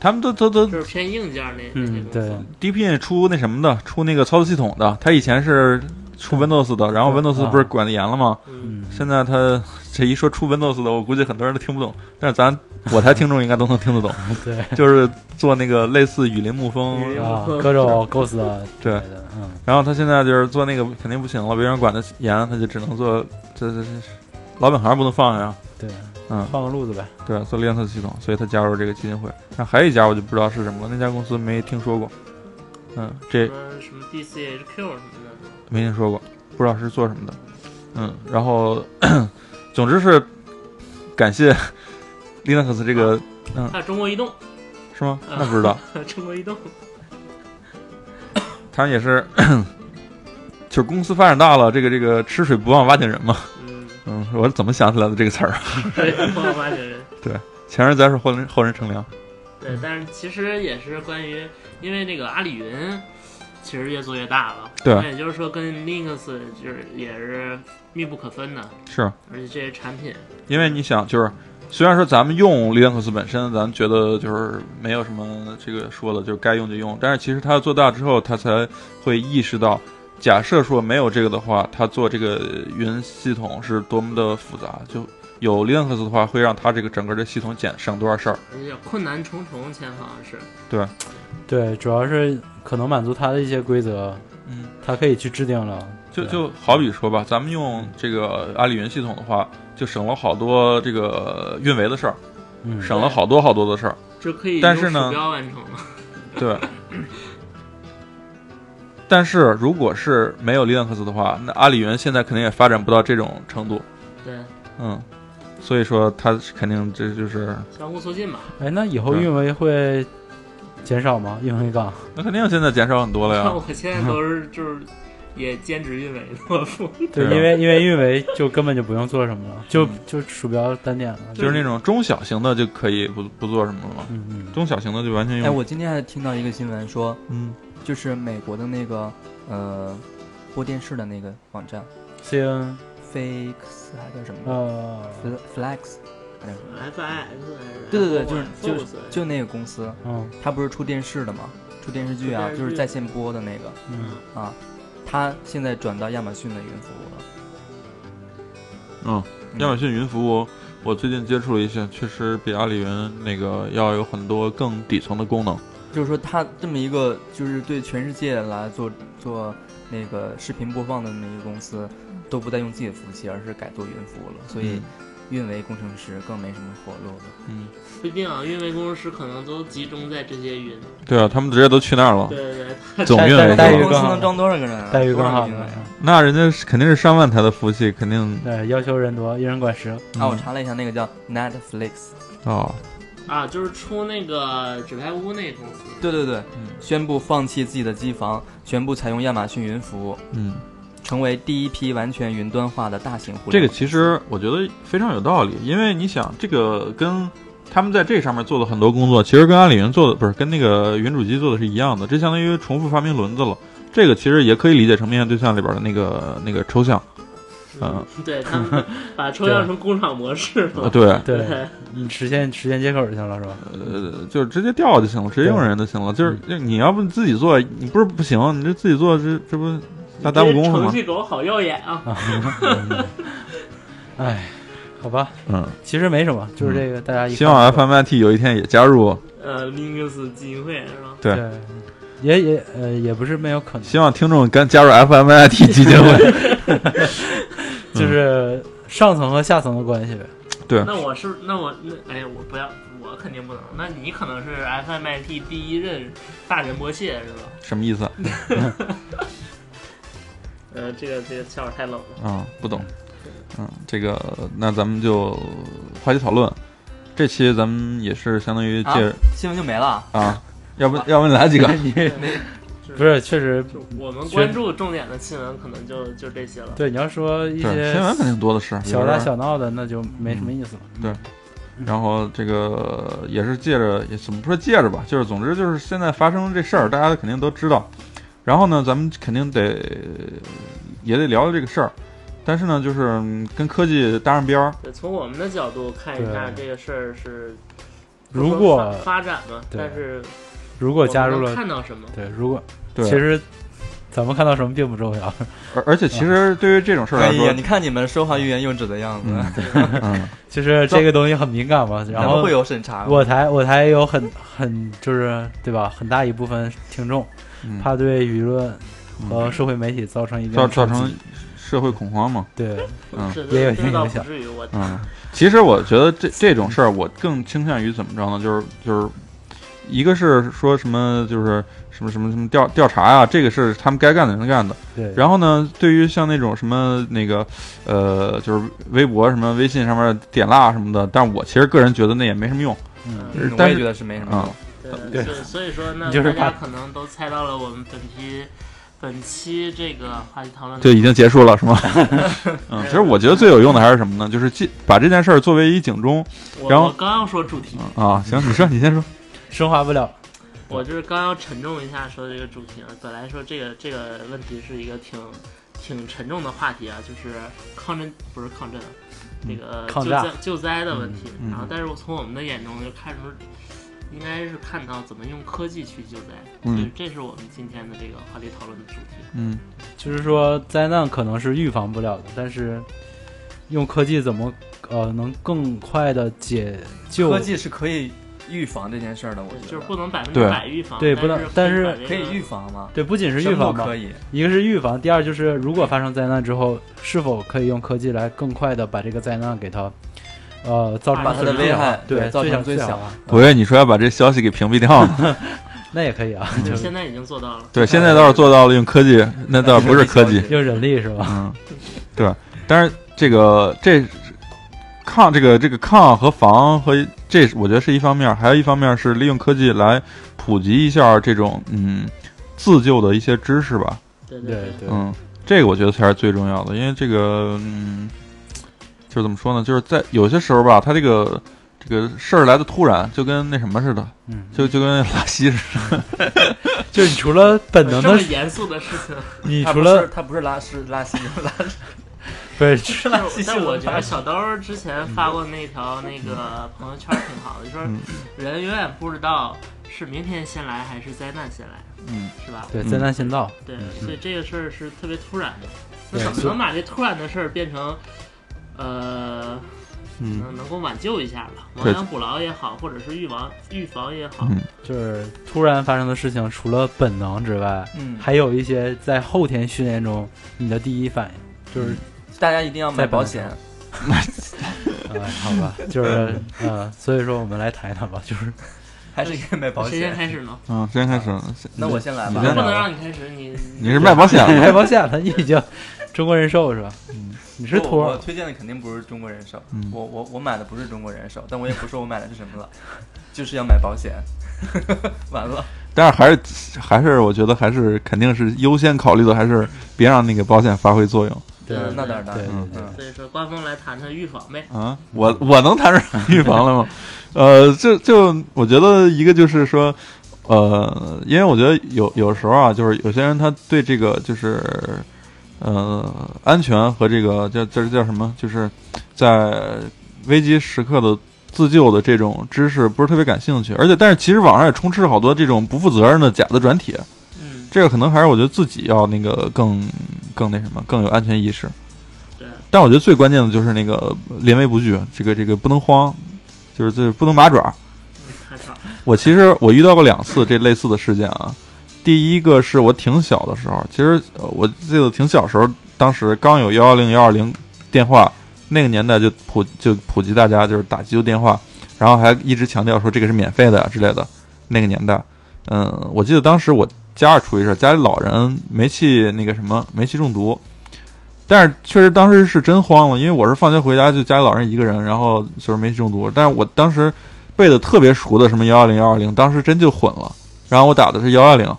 Speaker 3: 他们都都都
Speaker 5: 就是偏硬件那那
Speaker 4: 嗯，
Speaker 5: 些公
Speaker 4: 对
Speaker 5: 司。，
Speaker 3: DeepIn 出那什么的，出那个操作系统的，它以前是出 Windows 的，然后
Speaker 4: 嗯
Speaker 3: Windows
Speaker 4: 啊
Speaker 3: 不是管得严了吗？
Speaker 5: 嗯，
Speaker 4: 嗯，
Speaker 3: 现在它这一说出 Windows 的，我估计很多人都听不懂，但是咱我台听众应该都能听得懂，
Speaker 4: 对
Speaker 3: 就是做那个类似雨林牧风
Speaker 5: 雨，林
Speaker 4: 啊，各种 Ghost 啊之类的，嗯，
Speaker 3: 然后他现在就是做那个肯定不行了，别人管得严，他就只能做这这这老本行不能放呀，
Speaker 4: 对，
Speaker 3: 嗯，
Speaker 4: 换个路子呗，
Speaker 3: 对，做 Linux 系统，所以他加入这个基金会。那还有一家我就不知道是什么了，那家公司没听说过，嗯，这
Speaker 5: 什么什么 DCHQ 什么的。
Speaker 3: 没听说过，不知道是做什么的。嗯，然后总之是感谢 Linux 这个
Speaker 5: 还有中国移动，
Speaker 3: 是吗？
Speaker 5: 啊
Speaker 3: 那不知道，
Speaker 5: 中国移动
Speaker 3: 他们也是就是公司发展大了，这个这个吃水不忘挖井人嘛。
Speaker 5: 嗯，
Speaker 3: 嗯，我是怎么想起来的这个词儿啊？
Speaker 5: 对，不好挖掘人。
Speaker 3: 前人栽树，后人后人乘凉。
Speaker 5: 对，但是其实也是关于，因为那个阿里云其实越做越大了，
Speaker 3: 对
Speaker 5: 那也就是说跟 Linux 就是也是密不可分的，
Speaker 3: 是
Speaker 5: 而且这些产品，
Speaker 3: 因为你想，就是虽然说咱们用 Linux 本身，咱们觉得就是没有什么这个说的，就是该用就用。但是其实它做大之后，它才会意识到，假设说没有这个的话，它做这个云系统是多么的复杂。就有 Linux 的话，会让它这个整个的系统减省多少事儿。
Speaker 5: 而且困难重重，前好像是，
Speaker 4: 对，主要是可能满足他的一些规则，
Speaker 3: 嗯，
Speaker 4: 他可以去制定了。
Speaker 3: 就
Speaker 4: 对
Speaker 3: 就好比说吧，咱们用这个阿里云系统的话，就省了好多这个运维的事儿，
Speaker 4: 嗯，
Speaker 3: 省了好多好多的事儿。
Speaker 5: 这可以
Speaker 3: 但
Speaker 5: 用
Speaker 3: 是呢
Speaker 5: 鼠标完成了，
Speaker 3: 对。但是如果是没有 Linux 的话，那阿里云现在肯定也发展不到这种程度，
Speaker 5: 对，
Speaker 3: 嗯，所以说它肯定这就是
Speaker 5: 相互促进吧。
Speaker 4: 哎，那以后
Speaker 3: 对
Speaker 4: 运维会减少吗？运维岗？
Speaker 3: 那肯定现在减少很多 了呀，
Speaker 5: 看我现在都是就是也兼职运维做副，
Speaker 3: 对
Speaker 4: 对，
Speaker 3: 啊嗯
Speaker 4: 因为因为运维就根本就不用做什么了，就就鼠标单点了。
Speaker 3: 就是那种中小型的就可以不不做什么了嘛，
Speaker 4: 嗯嗯，
Speaker 3: 中小型的就完全
Speaker 2: 哎，
Speaker 3: 用，
Speaker 2: 我今天还听到一个新闻说，
Speaker 3: 嗯，
Speaker 2: 就是美国的那个呃播电视的那个网站
Speaker 4: C N
Speaker 2: ，Fix 还叫什
Speaker 3: 啊
Speaker 2: 么
Speaker 4: 呃
Speaker 2: Fl-？Flex 还叫什么？
Speaker 5: F I S，
Speaker 2: 对对对，就是就是
Speaker 5: 是
Speaker 2: 就那个公司，
Speaker 4: 嗯
Speaker 2: 它不是出电视的吗？出电视剧啊，
Speaker 5: 出电视剧
Speaker 2: 就是在线播的那个
Speaker 4: 嗯，
Speaker 2: 啊，它现在转到亚马逊的云服务了。
Speaker 3: 嗯，
Speaker 2: 嗯
Speaker 3: 亚马逊云服务我最近接触了一下，确实比阿里云那个要有很多更底层的功能，
Speaker 2: 就是说它这么一个就是对全世界来做做那个视频播放的那么一个公司，都不再用自己的服务器，而是改做云服务了，所以
Speaker 3: 嗯
Speaker 2: 运维工程师更没什么活路了。
Speaker 3: 嗯，
Speaker 5: 不一定啊，运维工程师可能都集中在这些云，
Speaker 3: 对啊，他们直接都去那儿了
Speaker 2: 哦
Speaker 5: 对，对对，
Speaker 3: 总
Speaker 4: 但
Speaker 3: 运
Speaker 4: 但
Speaker 3: 维
Speaker 4: 待
Speaker 3: 是
Speaker 4: 遇
Speaker 3: 吧
Speaker 2: 公
Speaker 4: 更
Speaker 2: 司
Speaker 4: 好
Speaker 2: 能装多少个人啊？
Speaker 4: 待遇更好
Speaker 2: 多少个运维啊。
Speaker 3: 那人家是肯定是上万台的服务器，肯定
Speaker 4: 对，哎要求人多，一人 管十。
Speaker 3: 嗯
Speaker 2: 啊，我查了一下，那个叫 Netflix，
Speaker 3: 哦，
Speaker 5: 啊，就是出那个纸牌屋那公司，
Speaker 2: 对对对
Speaker 3: 嗯，
Speaker 2: 宣布放弃自己的机房，全部采用亚马逊云服务，
Speaker 3: 嗯。
Speaker 2: 成为第一批完全云端化的大型互
Speaker 3: 这
Speaker 2: 联
Speaker 3: 个
Speaker 2: 网。
Speaker 3: 其实我觉得非常有道理，因为你想，这个跟他们在这上面做的很多工作，其实跟阿里云做的不是跟那个云主机做的是一样的，这相当于重复发明轮子了。这个其实也可以理解成面向对象里边的那个那个抽象，嗯，
Speaker 5: 对他 们把抽象成工厂模式
Speaker 3: 呃，
Speaker 5: 了，
Speaker 3: 对，
Speaker 4: 对，你实现实现接口就行了，是吧？
Speaker 3: 呃，就是直接调就行了，直接用人就行了。就是就你要不自己做，你不是不行，你这自己做这这不大
Speaker 5: 这
Speaker 3: 耽误功夫
Speaker 5: 程
Speaker 3: 吗？
Speaker 5: 序狗好耀眼啊！
Speaker 4: 嗯哎，好吧，
Speaker 3: 嗯，
Speaker 4: 其实没什么，就是这个大家一看
Speaker 3: 希望 FMIT 有一天也加入，
Speaker 5: 呃，Linux 基金会是吧？
Speaker 3: 对
Speaker 4: 对，也也呃也不是没有可能，
Speaker 3: 希望听众跟加入 FMIT 基金会。嗯
Speaker 4: 就是上层和下层的关系呗。
Speaker 3: 对，
Speaker 5: 那我是那我那哎呀，我不要，我肯定不能。那你可能是 FMIT 第一任大仁波切是吧？
Speaker 3: 什么意思啊？
Speaker 5: 呃，这个这个笑话太冷了。
Speaker 3: 啊，不懂。嗯，这个那咱们就话题讨论。这期咱们也是相当于借着
Speaker 2: 啊新闻就没了。
Speaker 3: 啊要不 要不你来 几个？
Speaker 4: 不是，确实
Speaker 5: 就我们关注重点的新闻，可能就就这些了。
Speaker 4: 对。你要说一
Speaker 3: 对，新闻
Speaker 4: 些
Speaker 3: 肯定多的是，
Speaker 4: 小打
Speaker 3: 比如说。
Speaker 4: 小闹的，那就没什么意思了。
Speaker 3: 对然后这个也是借着，也怎么说借着吧，就是总之就是现在发生这事儿，大家肯定都知道。然后呢，咱们肯定得也得聊聊这个事儿，但是呢，就是嗯跟科技搭上边儿，
Speaker 5: 对，从我们的角度看一下
Speaker 4: 对
Speaker 5: 这个事儿是
Speaker 4: 如
Speaker 5: 不
Speaker 4: 果
Speaker 5: 说发发展嘛，
Speaker 4: 对
Speaker 5: 但是
Speaker 4: 如
Speaker 5: 我
Speaker 4: 果加入
Speaker 5: 们能
Speaker 4: 了，
Speaker 5: 看到什么？
Speaker 4: 对，如果
Speaker 3: 对。
Speaker 4: 其实咱们看到什么并不重要。
Speaker 3: 而而且其实对于这种事儿来
Speaker 2: 哎
Speaker 3: 说
Speaker 2: 呀，，你看你们说话欲言又止的样子，
Speaker 3: 嗯嗯，
Speaker 4: 就是这个东西很敏感嘛，然
Speaker 2: 咱们
Speaker 4: 后
Speaker 2: 会有审查吗。啊
Speaker 4: 我台我台有很很就是对吧，很大一部分听众
Speaker 3: 嗯
Speaker 4: 怕对舆论和社会媒体造成一定
Speaker 3: 造
Speaker 4: 的
Speaker 3: 造
Speaker 4: 冲
Speaker 3: 成
Speaker 4: 击
Speaker 3: 社会恐慌嘛。
Speaker 4: 对
Speaker 3: 嗯
Speaker 5: 是
Speaker 4: 也有一
Speaker 5: 这
Speaker 4: 定
Speaker 5: 倒
Speaker 4: 影
Speaker 5: 不
Speaker 4: 响
Speaker 5: 至于我。
Speaker 3: 嗯，其实我觉得这这种事儿，我更倾向于怎么着呢？就是就是，一个是说什么就是什么什么什么调调查啊，这个是他们该干的人干的。
Speaker 4: 对，
Speaker 3: 然后呢，对于像那种什么那个呃，就是微博什么微信上面点蜡什么的，但我其实个人觉得那也没什么用。
Speaker 4: 嗯
Speaker 2: 嗯我
Speaker 3: 但
Speaker 2: 也
Speaker 3: 是
Speaker 2: 觉得是没什么
Speaker 3: 啊
Speaker 2: 用。
Speaker 3: 对
Speaker 5: 对所以所以说呢，
Speaker 4: 你就是
Speaker 5: 大
Speaker 4: 怕
Speaker 5: 家可能都猜到了我们本期本期这个话题讨论
Speaker 3: 就已经结束了，是吗？嗯，其实我觉得最有用的还是什么呢？就是记把这件事儿作为一警钟
Speaker 5: 我
Speaker 3: 然后
Speaker 5: 我刚要说主题，
Speaker 3: 啊。行，你说，你先说。
Speaker 4: 升华不了。
Speaker 5: 我就是刚要沉重一下说这个主题啊。本来说这个这个问题是一个挺挺沉重的话题啊，就是抗震不是抗震啊，那个
Speaker 4: 抗
Speaker 5: 救
Speaker 4: 炸
Speaker 5: 灾救灾的问题。
Speaker 3: 嗯嗯
Speaker 5: 然后，但是我从我们的眼中就看出，应该是看到怎么用科技去救灾，
Speaker 3: 嗯
Speaker 5: 所以这是我们今天的这个话题讨论的主题。
Speaker 3: 嗯，
Speaker 4: 就是说灾难可能是预防不了的，但是用科技怎么呃能更快的解救？
Speaker 2: 科技是可以预防这件事儿的，我
Speaker 5: 对，
Speaker 2: 觉
Speaker 5: 就是
Speaker 2: 得
Speaker 5: 不能百分之
Speaker 3: 对
Speaker 5: 百预防，
Speaker 4: 对不能
Speaker 5: 但是
Speaker 4: 但是
Speaker 5: 把这个
Speaker 2: 可以预防吗？
Speaker 4: 对，不仅是
Speaker 2: 什
Speaker 4: 预
Speaker 2: 么
Speaker 4: 防
Speaker 2: 都
Speaker 4: 吧，
Speaker 2: 可以，
Speaker 4: 一个是预防，第二就是如果发生灾难之后，是否可以用科技来更快的把这个灾难给它呃造成
Speaker 5: 把
Speaker 2: 把
Speaker 5: 它
Speaker 2: 它
Speaker 5: 的
Speaker 2: 的危害
Speaker 4: 对
Speaker 2: 造成最
Speaker 4: 最小
Speaker 2: 小啊
Speaker 4: 化，
Speaker 3: 我以为你说要把这消息给屏蔽掉呢。
Speaker 4: 那也可以啊，
Speaker 5: 就
Speaker 4: 就是是
Speaker 5: 现在已经做到了。
Speaker 3: 对，现在倒是做到了用科技，那倒不是科技。
Speaker 4: 用人力是吧？
Speaker 3: 嗯，对，但是这个这抗这个这个抗和防和这，我觉得是一方面儿，还有一方面儿是利用科技来普及一下儿这种嗯自救的一些知识吧。
Speaker 5: 对
Speaker 4: 对
Speaker 5: 对，
Speaker 4: 对，
Speaker 3: 嗯，这个我觉得才是最重要的，因为这个嗯，就是怎么说呢，就是在有些时候吧，它这个。这个事儿来的突然，就跟那什么似的，
Speaker 4: 嗯，
Speaker 3: 就就跟拉稀似的。
Speaker 4: 就是你除了本能
Speaker 5: 这么
Speaker 4: 的，
Speaker 5: 严肃的事情，
Speaker 4: 你
Speaker 2: 它
Speaker 4: 除
Speaker 2: 不
Speaker 4: 了
Speaker 2: 是它不是拉屎 拉稀拉
Speaker 4: 不是
Speaker 5: 但
Speaker 2: 继续
Speaker 5: 但我觉
Speaker 2: 吧
Speaker 5: 得小刀儿之前发过那条那个朋友圈儿挺好的，就说
Speaker 3: 嗯
Speaker 5: 人永远不知道是明天先来还是灾难先来，
Speaker 3: 嗯，
Speaker 5: 是吧？
Speaker 4: 对
Speaker 3: 嗯
Speaker 4: 灾难先到，
Speaker 5: 对，所以这个事儿是特别突然的。那
Speaker 4: 对
Speaker 5: 怎么
Speaker 4: 所以
Speaker 5: 能把这突然的事儿变成，呃，
Speaker 3: 嗯，
Speaker 5: 能能够挽救一下吧？亡
Speaker 3: 对
Speaker 5: 羊补牢也好，或者是预防预防也好，
Speaker 3: 嗯
Speaker 4: 就是突然发生的事情，除了本能之外，
Speaker 2: 嗯，
Speaker 4: 还有一些在后天训练中你的第一反应就是
Speaker 2: 大家一定要买
Speaker 4: 在
Speaker 2: 保
Speaker 4: 本
Speaker 2: 险，嗯
Speaker 4: 呃，好吧，就是呃，所以说我们来谈一谈吧，就是
Speaker 2: 还是应该买保
Speaker 5: 谁先
Speaker 2: 险。
Speaker 5: 开始呢？
Speaker 3: 嗯，先开始了。
Speaker 2: 那我先来
Speaker 3: 你
Speaker 2: 吧
Speaker 3: 先
Speaker 5: 不
Speaker 3: 来。
Speaker 5: 能让你开始，你
Speaker 3: 你是卖保险的，
Speaker 4: 开保险 了，你已经中国人寿是吧？
Speaker 3: 嗯
Speaker 4: 你是
Speaker 2: 我
Speaker 4: 托
Speaker 2: 我
Speaker 4: 儿，
Speaker 2: 推荐的肯定不是中国人寿，
Speaker 3: 嗯
Speaker 2: 我我我买的不是中国人寿，但我也不说我买的是什么了， 就是要买保险。 完了，
Speaker 3: 但是还是还是，我觉得还是肯定是优先考虑的，还是别让那个保险发挥作用
Speaker 4: 对
Speaker 5: 嗯
Speaker 2: 那当然了，
Speaker 4: 对
Speaker 3: 对
Speaker 2: 嗯，
Speaker 5: 所以说官方来谈谈预防呗。
Speaker 3: 啊。我我能谈上预防了吗？呃，就就我觉得一个就是说，呃，因为我觉得有有时候啊，就是有些人他对这个就是呃安全和这个叫叫叫什么，就是在危机时刻的。自救的这种知识不是特别感兴趣，而且但是其实网上也充斥着好多这种不负责任的假的转帖，
Speaker 5: 嗯，
Speaker 3: 这个可能还是我觉得自己要那个更更那什么，更有安全意识。
Speaker 5: 对，
Speaker 3: 但我觉得最关键的就是那个临危不惧，这个这个不能慌，就是这不能麻爪。
Speaker 5: 太好了。
Speaker 3: 我其实我遇到过两次这类似的事件啊。第一个是我挺小的时候，其实呃我记得挺小时候，当时刚有幺幺零幺二零电话，那个年代就普就普及大家就是打急救电话，然后还一直强调说这个是免费的呀之类的。那个年代，嗯，我记得当时我家里出一事儿，家里老人煤气那个什么煤气中毒，但是确实当时是真慌了，因为我是放学回家就家里老人一个人，然后就是煤气中毒，但是我当时背的特别熟的什么幺幺零幺二零，当时真就混了，然后我打的是幺幺零。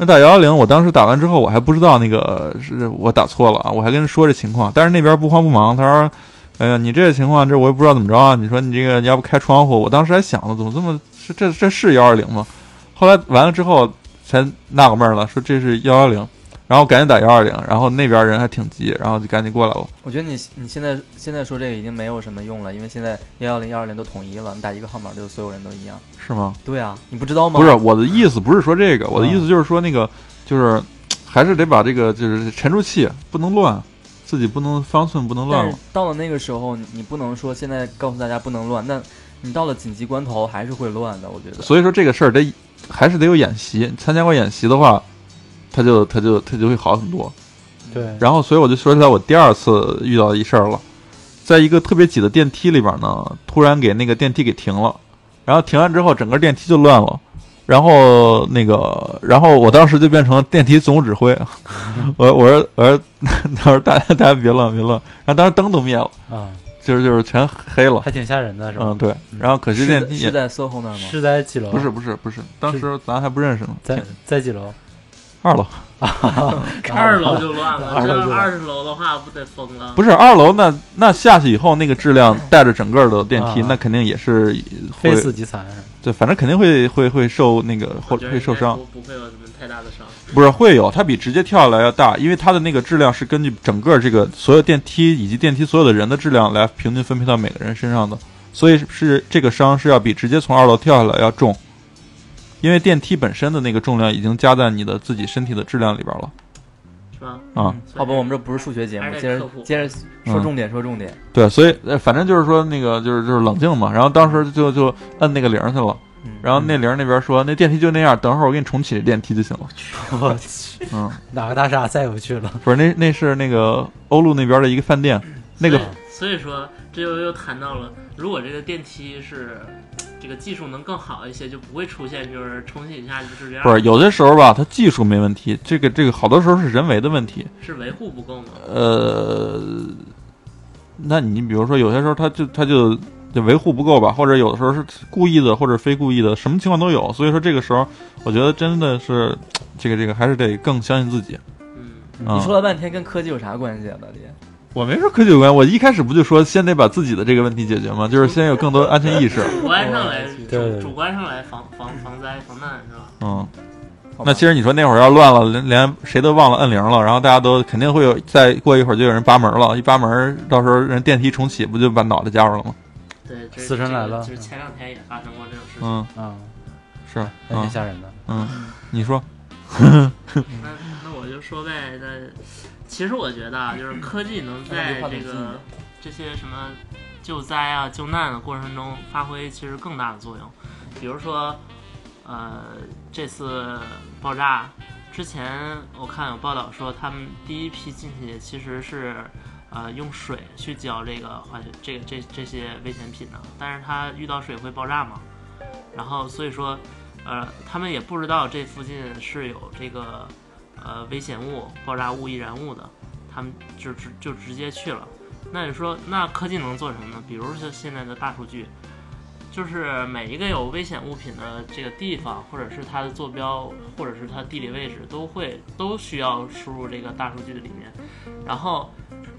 Speaker 3: 那打幺幺零，我当时打完之后，我还不知道那个是我打错了啊，我还跟人说这情况，但是那边不慌不忙，他说哎呀，你这个情况，这我也不知道怎么着啊。你说你这个，你要不开窗户？我当时还想了，怎么这么这这这是幺二零吗？后来完了之后才纳个闷儿了，说这是幺幺零，然后赶紧打幺二零，然后那边人还挺急，然后就赶紧过来了。
Speaker 2: 我觉得你你现在现在说这个已经没有什么用了，因为现在幺幺零幺二零都统一了，你打一个号码对所有人都一样。
Speaker 3: 是吗？
Speaker 2: 对啊，你不知道吗？
Speaker 3: 不是，我的意思，不是说这个，我的意思就是说那个，就是还是得把这个就是沉住气，不能乱，自己不能方寸不能乱
Speaker 2: 但
Speaker 3: 了
Speaker 2: 是。到了那个时候，你你不能说现在告诉大家不能乱，那你到了紧急关头还是会乱的。我觉得，
Speaker 3: 所以说这个事儿得还是得有演习，参加过演习的话，他就他就他就会好很多。
Speaker 4: 对，
Speaker 3: 然后，所以我就说起来我第二次遇到一事儿了，在一个特别挤的电梯里边呢，突然给那个电梯给停了，然后停完之后，整个电梯就乱了。然后那个，然后我当时就变成了电梯总指挥， 我我说我说，他说大家大家别乱别乱，然后当时灯都灭了，
Speaker 4: 啊，
Speaker 3: 就是就是全黑了，
Speaker 4: 还挺吓人的是吧
Speaker 3: 嗯？对，然后可惜
Speaker 2: 是
Speaker 3: 电
Speaker 2: 在
Speaker 3: 梯
Speaker 2: 是
Speaker 3: 也嗯
Speaker 2: 在 SOHO 那儿吗？
Speaker 4: 是在几楼？
Speaker 3: 不是不是不是，当时咱还不认识呢，
Speaker 4: 在在几楼？
Speaker 3: 二楼
Speaker 5: 二楼就乱了，
Speaker 4: 二楼就
Speaker 5: 这
Speaker 4: 乱
Speaker 5: 二十楼的话不得疯了？
Speaker 3: 不是二楼那那下去以后那个质量带着整个的电梯，
Speaker 4: 啊
Speaker 3: 那肯定也是会
Speaker 4: 非死即残是吧
Speaker 3: 对，反正肯定会会会受那个
Speaker 5: 我
Speaker 3: 会
Speaker 5: 觉得
Speaker 3: 会受
Speaker 5: 应该
Speaker 3: 伤
Speaker 5: 不，不会有什么太大的伤。
Speaker 3: 不是会有，它比直接跳下来要大，因为它的那个质量是根据整个这个所有电梯以及电梯所有的人的质量来平均分配到每个人身上的，所以是这个伤是要比直接从二楼跳下来要重，因为电梯本身的那个重量已经加在你的自己身体的质量里边了
Speaker 5: 是吧？
Speaker 3: 啊、
Speaker 2: 好吧，我们这哦不是数学节目，
Speaker 5: 还是
Speaker 2: 接
Speaker 5: 得科
Speaker 2: 着
Speaker 5: 普
Speaker 2: 接着
Speaker 3: 嗯
Speaker 2: 说重点，说重点。
Speaker 3: 对，所以呃反正就是说那个就是就是冷静嘛，然后当时就就摁那个铃儿去了，
Speaker 2: 嗯，
Speaker 3: 然后那铃儿那边说那电梯就那样，等会儿我给你重启这电梯就行了，
Speaker 4: 我去，
Speaker 3: 嗯。
Speaker 4: 哪个大厦再有趣了？
Speaker 3: 不是，那那是那个欧陆那边的一个饭店，那个
Speaker 5: 所以，所以说这又又谈到了，如果这个电梯是这个技术能更好一些，就不会出现就是重启一下就是这样，
Speaker 3: 不是有的时候吧，它技术没问题，这个这个好多时候是人为的问题。
Speaker 5: 是维护不够吗？
Speaker 3: 呃，那你比如说有些时候它就它就呃就维护不够吧，或者有的时候是故意的，或者非故意的，什么情况都有。所以说这个时候，我觉得真的是这个这个还是得更相信自己。
Speaker 5: 嗯，
Speaker 3: 啊
Speaker 2: 你说了半天跟科技有啥关系啊？到底？
Speaker 3: 我没说科技有关，我一开始不就说先得把自己的这个问题解决吗？就是先有更多安全意识。
Speaker 5: 主观上来，
Speaker 4: 哦对对
Speaker 5: 主
Speaker 4: 对
Speaker 5: 主观上来防防防灾防难是吧？
Speaker 3: 嗯。
Speaker 2: 好吧
Speaker 3: 那其实你说那会儿要乱了，连连谁都忘了摁铃了，然后大家都肯定会有，再过一会儿就有人扒门了，一扒门，到时候人电梯重启，不就把脑袋夹住了吗？
Speaker 5: 对，这
Speaker 4: 死神来了
Speaker 5: 这个就是前两天也发生过这种事情。
Speaker 3: 嗯，
Speaker 4: 啊，
Speaker 3: 是，
Speaker 4: 还挺
Speaker 3: 嗯
Speaker 4: 吓人的。
Speaker 3: 嗯，你 说，
Speaker 5: 那那我就说呗，那其实我觉得啊， 就是科技能在这个这些什么救灾啊、救难的过程中发挥其实更大的作用。比如说，呃，这次爆炸之前，我看有报道说，他们第一批进去其实是呃用水去浇这个化学这个这这些危险品的，但是它遇到水会爆炸嘛，然后所以说。呃，他们也不知道这附近是有这个呃危险物、爆炸物、易燃物的，他们就直就直接去了。那你说，那科技能做什么呢？比如说现在的大数据，就是每一个有危险物品的这个地方，或者是它的坐标，或者是它地理位置，都会都需要输入这个大数据的里面，然后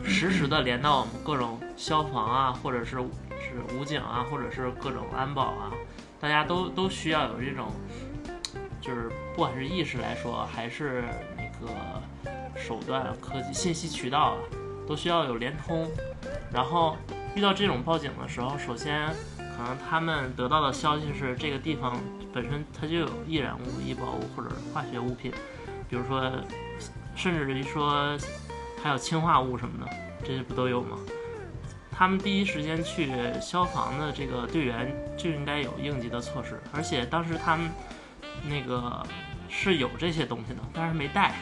Speaker 5: 实时的连到我们各种消防啊，或者是是武警啊，或者是各种安保啊，大家都都需要有这种，就是不管是意识来说，还是那个手段、啊科技、信息渠道啊，都需要有联通。然后遇到这种报警的时候，首先可能他们得到的消息是这个地方本身它就有易燃物、易爆物或者化学物品，比如说，甚至于说还有氰化物什么的，这些不都有吗？他们第一时间去消防的这个队员就应该有应急的措施，而且当时他们那个是有这些东西的，但是没带。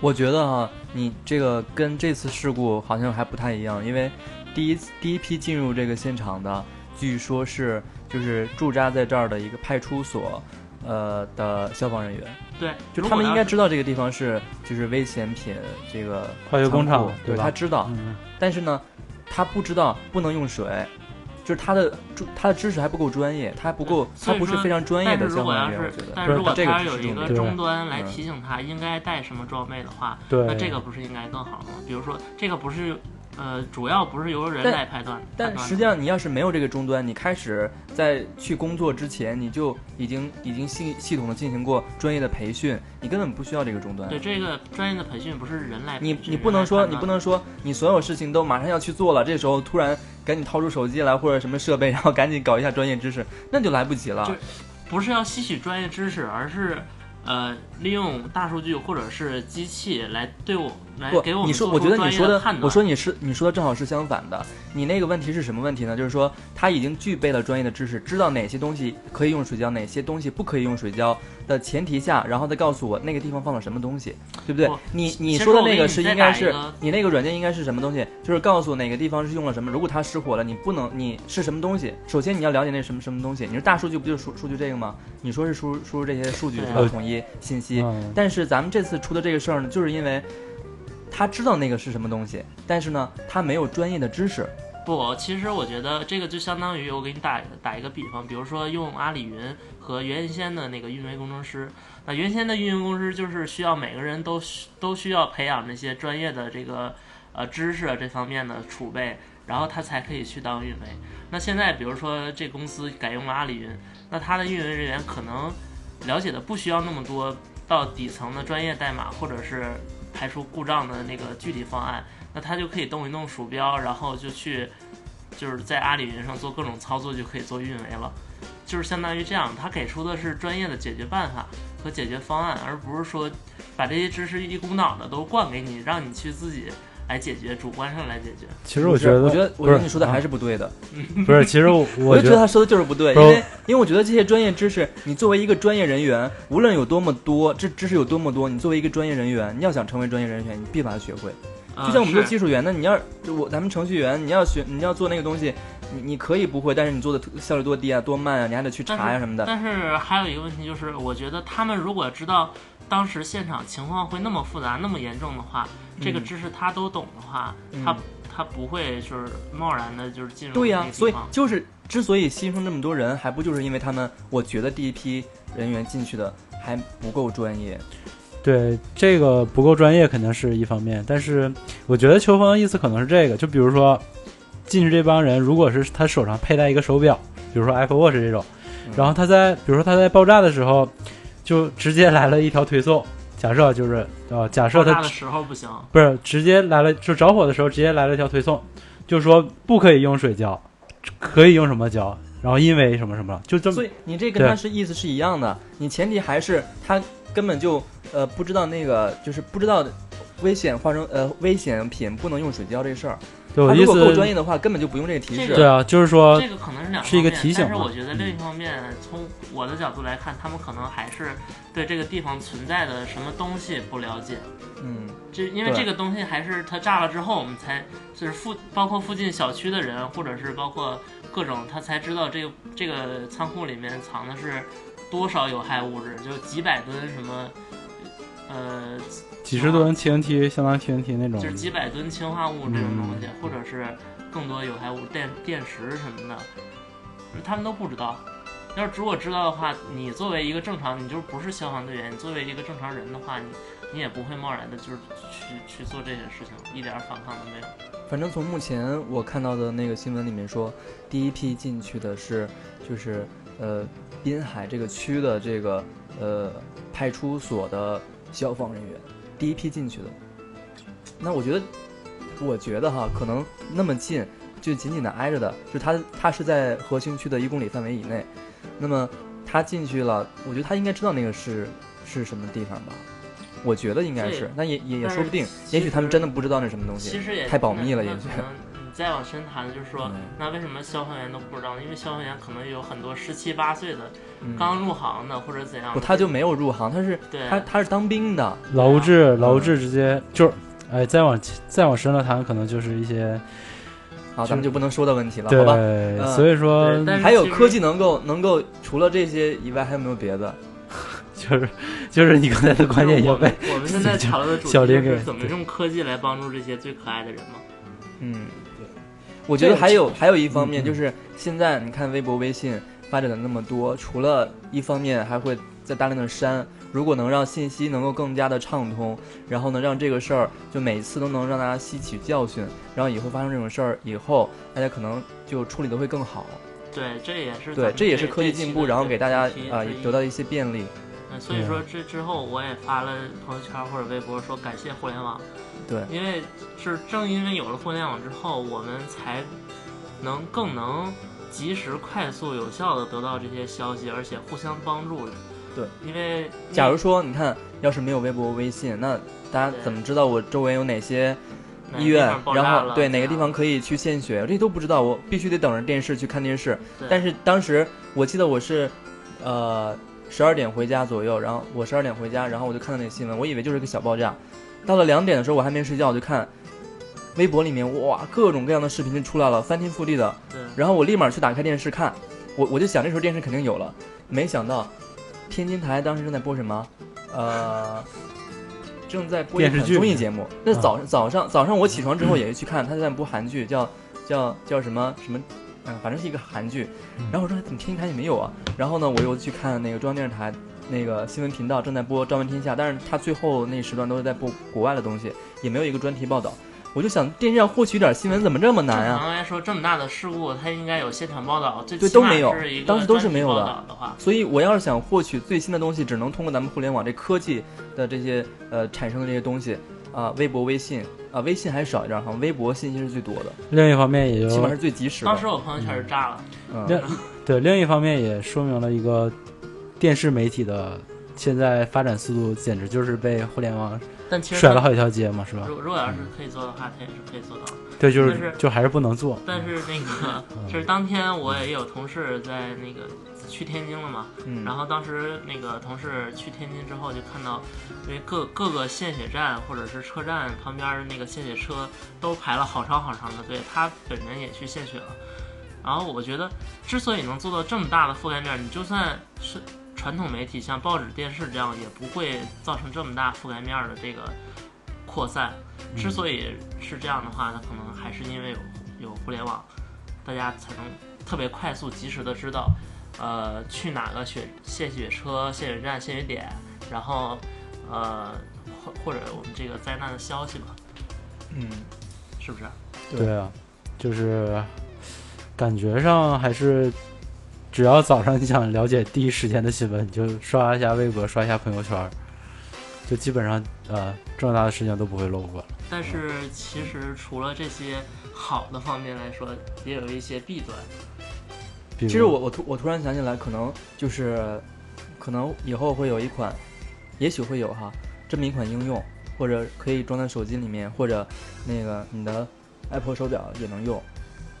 Speaker 2: 我觉得哈，你这个跟这次事故好像还不太一样，因为第一第一批进入这个现场的，据说是就是驻扎在这儿的一个派出所，呃的消防人员，
Speaker 5: 对，
Speaker 2: 就
Speaker 5: 如
Speaker 2: 他
Speaker 5: 果
Speaker 2: 们应
Speaker 5: 要
Speaker 2: 该
Speaker 5: 是
Speaker 2: 知道这个地方是就是危险品这个
Speaker 4: 化学工
Speaker 2: 仓
Speaker 4: 厂
Speaker 2: 库
Speaker 4: 对
Speaker 2: 对
Speaker 4: 吧
Speaker 2: 他知道，
Speaker 4: 嗯，
Speaker 2: 但是呢，他不知道不能用水。就是他的专他的知识还不够专业，他还不够，
Speaker 5: 所
Speaker 2: 他
Speaker 5: 以
Speaker 2: 不是
Speaker 5: 说
Speaker 2: 非常专业
Speaker 5: 但
Speaker 2: 的
Speaker 5: 是
Speaker 2: 消
Speaker 5: 如果
Speaker 2: 防
Speaker 5: 要
Speaker 2: 人员，我
Speaker 5: 是
Speaker 2: 觉得，
Speaker 5: 但是如果
Speaker 2: 这个
Speaker 5: 他
Speaker 2: 是
Speaker 5: 有
Speaker 2: 适
Speaker 5: 一
Speaker 2: 中
Speaker 5: 个
Speaker 2: 的
Speaker 4: 对
Speaker 5: 终端来
Speaker 2: 嗯
Speaker 5: 提醒他应该带什么装备的话，
Speaker 4: 对。
Speaker 5: 那这个不是应该更好吗？比如说，这个不是呃，主要不是由人
Speaker 2: 但
Speaker 5: 来判断，判
Speaker 2: 但
Speaker 5: 断
Speaker 2: 实
Speaker 5: 的
Speaker 2: 际上，你要是没有这个终端，你开始在去工作之前，你就已经已经系系统的进行过专业的培训，你根本不需要这个终端。
Speaker 5: 对这个专业的培训不是人来培
Speaker 2: 你
Speaker 5: 训，
Speaker 2: 你
Speaker 5: 人
Speaker 2: 不能
Speaker 5: 来
Speaker 2: 说
Speaker 5: 判
Speaker 2: 你
Speaker 5: 断
Speaker 2: 不
Speaker 5: 的
Speaker 2: 能说你所有事情都马上要去做了，这时候突然赶紧掏出手机来或者什么设备，然后赶紧搞一下专业知识，那就来不及了
Speaker 5: 就。不是要吸取专业知识，而是呃利用大数据或者是机器来对我来给
Speaker 2: 不，
Speaker 5: 我们
Speaker 2: 你说，
Speaker 5: 做
Speaker 2: 我
Speaker 5: 出
Speaker 2: 觉得你
Speaker 5: 专业
Speaker 2: 说
Speaker 5: 的
Speaker 2: 的
Speaker 5: 判，断。
Speaker 2: 我说你是你说的正好是相反的。你那个问题是什么问题呢？就是说他已经具备了专业的知识，知道哪些东西可以用水浇，哪些东西不可以用水浇的前提下，然后再告诉我那个地方放了什么东西，对不对
Speaker 5: 不？
Speaker 2: 你
Speaker 5: 其
Speaker 2: 你
Speaker 5: 实
Speaker 2: 说的
Speaker 5: 我
Speaker 2: 那
Speaker 5: 给
Speaker 2: 个
Speaker 5: 你
Speaker 2: 是
Speaker 5: 再
Speaker 2: 应该
Speaker 5: 打一
Speaker 2: 是
Speaker 5: 个
Speaker 2: 你那个软件应该是什么东西？就是告诉哪个地方是用了什么。如果它失火了，你不能你是什么东西？首先你要了解那什么什么东西。你说大数据不就是数数据这个吗？你说是输入输入这些数据
Speaker 5: 对
Speaker 2: 是
Speaker 5: 啊
Speaker 2: 吧？统一信息。
Speaker 4: 嗯
Speaker 2: 但是咱们这次出的这个事儿呢，就是因为他知道那个是什么东西，但是呢，他没有专业的知识，
Speaker 5: 不，其实我觉得这个就相当于我给你打打一个比方，比如说用阿里云和原先的那个运维工程师，那原先的运维工程师就是需要每个人都需都需要培养这些专业的这个呃知识啊这方面的储备，然后他才可以去当运维。那现在比如说这公司改用了阿里云，那他的运维人员可能了解的不需要那么多到底层的专业代码或者是排除故障的那个具体方案。那他就可以动一动鼠标，然后就去，就是在阿里云上做各种操作，就可以做运维了，就是相当于这样。他给出的是专业的解决办法和解决方案，而不是说把这些知识一股脑的都灌给你，让你去自己来解决，主观上来解决。
Speaker 4: 其实我
Speaker 2: 不
Speaker 4: 觉
Speaker 2: 是
Speaker 4: 得，嗯
Speaker 2: 我觉得，我
Speaker 4: 不
Speaker 2: 觉
Speaker 4: 是
Speaker 2: 得你说的还是不对的。
Speaker 4: 不是，其实我
Speaker 2: 我
Speaker 4: 我
Speaker 2: 就
Speaker 4: 觉
Speaker 2: 觉得他说的就是不对，因
Speaker 4: 不是
Speaker 2: 为因为我觉得这些专业知识，你作为一个专业人员，无论有多么多，这知识有多么多，你作为一个专业人员，你要想成为专业人员，你必把它学会。
Speaker 5: 啊
Speaker 2: 嗯就像我们做
Speaker 5: 是
Speaker 2: 技术员，那你要就我咱们程序员，你要学你要做那个东西，你你可以不会，但是你做的效率多低啊，多慢啊，你还得去查呀、什么的。
Speaker 5: 呃但是还有一个问题就是，我觉得他们如果知道当时现场情况会那么复杂、那么严重的话，这个
Speaker 2: 嗯
Speaker 5: 知识他都懂的话，
Speaker 2: 嗯
Speaker 5: 他他不会就是贸然的就是进入
Speaker 2: 对呀、
Speaker 5: 那个地
Speaker 2: 所以
Speaker 5: 方
Speaker 2: 就是之所以牺牲这么多人，还不就是因为他们？我觉得第一批人员进去的还不够专业。
Speaker 4: 对这个不够专业肯定是一方面，但是我觉得球风的意思可能是这个，就比如说进去这帮人，如果是他手上佩戴一个手表，比如说 Apple Watch 这种，
Speaker 2: 嗯
Speaker 4: 然后他在比如说他在爆炸的时候，就直接来了一条推送，假设就是呃，假设
Speaker 5: 爆炸
Speaker 4: 他
Speaker 5: 的时候不行。
Speaker 4: 不是直接来了，就着火的时候直接来了一条推送，就说不可以用水浇，可以用什么浇，然后因为什么什么，就这么
Speaker 2: 所以你这跟他
Speaker 4: 对
Speaker 2: 是意思是一样的，你前提还是他根本就呃不知道那个就是不知道危险化妆呃危险品不能用水浇这事儿。
Speaker 4: 对
Speaker 2: 他
Speaker 4: 我意
Speaker 2: 如果够
Speaker 4: 思
Speaker 2: 专业的话，根本就不用这个提示。
Speaker 4: 对啊，就是说
Speaker 5: 这个可能是两方面
Speaker 4: 是一个提醒
Speaker 5: 但是
Speaker 4: 吧嗯
Speaker 5: 我觉得另一方面，从我的角度来看，他们可能还是对这个地方存在的什么东西不了解。
Speaker 2: 嗯，
Speaker 5: 这因为
Speaker 2: 对
Speaker 5: 这个东西还是它炸了之后，我们才就是附包括附近小区的人，或者是包括各种，他才知道这个这个仓库里面藏的是多少有害物质，就几百吨什么，呃，
Speaker 4: 几十吨 TNT 相当于 TNT 那种
Speaker 5: 就是几百吨氰化物这种东西，或者是更多有害物电电池什么的，他们都不知道。要是如果知道的话，你作为一个正常，你就不是消防队员，你作为一个正常人的话，你你也不会贸然的，就是去去做这些事情，一点儿反抗都没有。
Speaker 2: 反正从目前我看到的那个新闻里面说，第一批进去的是就是呃滨海这个区的这个呃派出所的消防人员，第一批进去的。那我觉得，我觉得哈，可能那么近就紧紧的挨着的，就他他是在核心区的一公里范围以内，那么他进去了，我觉得他应该知道那个是是什么地方吧。我觉得应该是
Speaker 5: 对，
Speaker 2: 那也也也
Speaker 5: 但是
Speaker 2: 说不定，
Speaker 5: 其
Speaker 2: 也许他们
Speaker 5: 实
Speaker 2: 真的不知道那是什么东西。
Speaker 5: 其实也
Speaker 2: 太保密了
Speaker 5: 那
Speaker 2: 也
Speaker 5: 那
Speaker 2: 许
Speaker 5: 可能你再往深谈，就是说
Speaker 2: 嗯，
Speaker 5: 那为什么消防员都不知道呢？因为消防员可能有很多十七八岁的
Speaker 2: 嗯
Speaker 5: 刚入行的，或者怎样
Speaker 2: 不，
Speaker 5: 的。
Speaker 2: 他就没有入行，他是
Speaker 5: 对
Speaker 2: 他他是当兵的，啊
Speaker 5: 啊
Speaker 4: 劳务制，劳务制直接就是，哎，再往前再往深了谈，可能就是一些
Speaker 2: 好，咱们就不能说的问题了，好吧？
Speaker 4: 对，所以说
Speaker 5: 嗯对但是
Speaker 2: 还有
Speaker 5: 其实
Speaker 2: 科技能够能够除了这些以外，还有没有别的？
Speaker 4: 就是就是你刚才的观点
Speaker 5: 就是
Speaker 4: 也
Speaker 5: 我
Speaker 4: 被
Speaker 5: 们我们现在讨论的主题
Speaker 4: 小
Speaker 5: 就
Speaker 4: 林给
Speaker 5: 是怎么用科技来帮助这些最可爱的人嘛。
Speaker 2: 嗯，我觉得
Speaker 4: 这个
Speaker 2: 还有还有一方面
Speaker 4: 嗯嗯
Speaker 2: 就是现在你看微博、微信发展的那么多，除了一方面还会在大量的删，如果能让信息能够更加的畅通，然后呢让这个事儿就每次都能让大家吸取教训，然后以后发生这种事儿以后，大家可能就处理的会更好。
Speaker 5: 对，这也是咱
Speaker 2: 对，
Speaker 5: 们
Speaker 2: 这也是科技进步，然后给大家啊、
Speaker 5: 啊
Speaker 2: 得到一嗯些便利。
Speaker 5: 嗯所以说这之后我也发了朋友圈或者微博说感谢互联网，
Speaker 2: 对，
Speaker 5: 因为是正因为有了互联网之后，我们才能更能及时、快速、有效的得到这些消息，而且互相帮助。
Speaker 2: 对，
Speaker 5: 因为
Speaker 2: 假如说你看，要是没有微博、微信，那大家怎么知道我周围有哪些
Speaker 5: 哪个
Speaker 2: 医院
Speaker 5: 地方？爆炸
Speaker 2: 然后
Speaker 5: 了
Speaker 2: 对哪个地方可以去献血，这都不知道，我必须得等着电视去看电视。
Speaker 5: 对
Speaker 2: 但是当时我记得我是，呃，十二点回家左右，然后我十二点回家，然后我就看到那个新闻，我以为就是个小爆炸。到了两点的时候，我还没睡觉，我就看微博里面哇，各种各样的视频就出来了，翻天覆地的。
Speaker 5: 对
Speaker 2: 然后我立马去打开电视看，我我就想这时候电视肯定有了，没想到天津台当时正在播什么，呃，正在播一
Speaker 4: 电视
Speaker 2: 款
Speaker 4: 剧
Speaker 2: 综艺节目。那
Speaker 4: 啊
Speaker 2: 早上、早上早上我起床之后也去看，他在播韩剧叫《叫叫什么什么，嗯、反正是一个韩剧。
Speaker 4: 嗯
Speaker 2: 然后我说怎么天津台也没有啊？然后呢，我又去看那个中央电视台那个新闻频道正在播《朝闻天下》，但是它最后那时段都是在播国外的东西，也没有一个专题报道。我就想电视上获取点新闻怎么这么难
Speaker 5: 正
Speaker 2: 啊？
Speaker 5: 常来说，这么大的事故，它应该有现场报道，最
Speaker 2: 对
Speaker 5: 起码
Speaker 2: 都没有
Speaker 5: 是一个
Speaker 2: 当时都是没有的
Speaker 5: 专题报道的话，
Speaker 2: 所以我要是想获取最新的东西，只能通过咱们互联网这科技的这些呃产生的这些东西啊、微博、微信啊、微信还少一点儿，好像微博信息是最多的，
Speaker 4: 另一方面也就
Speaker 2: 起码是最及时
Speaker 5: 当
Speaker 2: 的
Speaker 5: 时。我朋友圈是炸了，
Speaker 2: 嗯
Speaker 4: 另对，另一方面也说明了一个电视媒体的现在发展速度，简直就是被互联网
Speaker 5: 但其实
Speaker 4: 甩了
Speaker 5: 它
Speaker 4: 好几条街嘛，是吧
Speaker 5: 如？如果要是可以做的话，它也是可以做到的。
Speaker 4: 对，就
Speaker 5: 但
Speaker 4: 是
Speaker 5: 是
Speaker 4: 就还是不能做。
Speaker 5: 但是那个，
Speaker 2: 嗯
Speaker 5: 就是当天我也有同事在那个去天津了嘛，
Speaker 2: 嗯，
Speaker 5: 然后当时那个同事去天津之后，就看到，因为各各个献血站或者是车站旁边儿那个献血车都排了好长好长的队，他本人也去献血了。然后我觉得，之所以能做到这么大的覆盖面儿，你就算是传统媒体像报纸、电视这样，也不会造成这么大覆盖面儿的这个扩散。之所以是这样的话，那可能还是因为有有互联网，大家才能特别快速、及时的知道，呃，去哪个血献血车、献血站、献血点，然后呃，或或者我们这个灾难的消息吧，
Speaker 2: 嗯，
Speaker 5: 是不是？
Speaker 2: 对
Speaker 4: 对啊，就是感觉上还是，只要早上你想了解第一时间的新闻，你就刷一下微博，刷一下朋友圈儿，就基本上呃重大的事情都不会漏过了。
Speaker 5: 但是其实除了这些好的方面来说，也有一些弊端。
Speaker 4: 比如
Speaker 2: 其实我我突我突然想起来，可能就是，可能以后会有一款，也许会有哈，这么一款应用，或者可以装在手机里面，或者那个你的 Apple 手表也能用，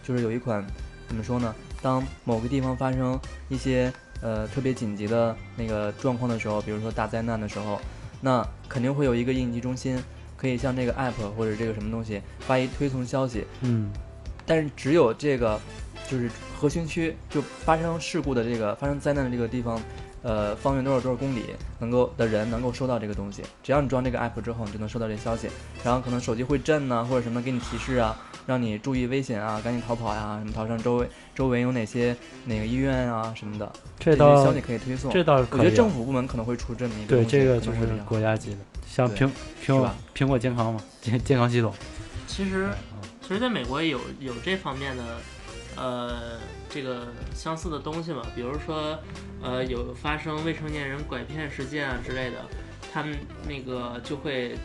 Speaker 2: 就是有一款怎么说呢？当某个地方发生一些呃特别紧急的那个状况的时候，比如说大灾难的时候，那肯定会有一个应急中心，可以向这个 app 或者这个什么东西发一推送消息，
Speaker 4: 嗯，
Speaker 2: 但是只有这个就是核心区就发生事故的这个发生灾难的这个地方，呃，方圆多少多少公里能够的人能够收到这个东西。只要你装这个 app 之后，你就能收到这消息，然后可能手机会震呐、或者什么给你提示啊，让你注意危险啊，赶紧逃跑呀、什么逃上周围周围有哪些哪个医院啊什么的，
Speaker 4: 这
Speaker 2: 些
Speaker 4: 倒
Speaker 2: 消息可以推送。
Speaker 4: 这倒是
Speaker 2: 我
Speaker 4: 可以
Speaker 2: 觉
Speaker 4: 啊。
Speaker 2: 得政府部门可能会出这么一个
Speaker 4: 对
Speaker 2: 东西
Speaker 4: 这个
Speaker 2: 可
Speaker 4: 就
Speaker 2: 能
Speaker 4: 是
Speaker 2: 会比较好
Speaker 4: 国家级的，像
Speaker 2: 对
Speaker 4: 苹苹
Speaker 2: 是
Speaker 4: 果
Speaker 2: 吧
Speaker 4: 苹果健康嘛，健健康系统。
Speaker 5: 其实，其实在美国也有有这方面的，呃，这个相似的东西嘛，比如说，呃，有发生未成年人拐骗事件啊之类的，他们那个就会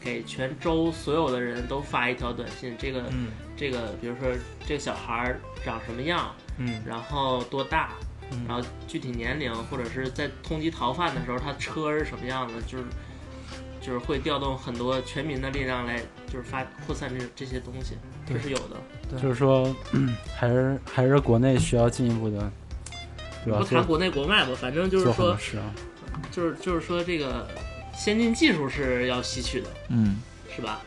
Speaker 5: 给全州所有的人都发一条短信，这个
Speaker 2: 嗯
Speaker 5: 这个，比如说这个小孩儿长什么样，
Speaker 2: 嗯
Speaker 5: 然后多大，
Speaker 2: 嗯
Speaker 5: 然后具体年龄，或者是在通缉逃犯的时候，他车是什么样的，就是就是会调动很多全民的力量来，就是发扩散这这些东西，这是有的。
Speaker 2: 对
Speaker 4: 就是说，还是还是国内需要进一步的，对吧？
Speaker 5: 不
Speaker 4: 做
Speaker 5: 谈国内国外吧，反正就是
Speaker 4: 做很多
Speaker 5: 说，
Speaker 4: 事啊，
Speaker 5: 就是就是说这个先进技术是要吸取的，
Speaker 3: 嗯，
Speaker 5: 是吧？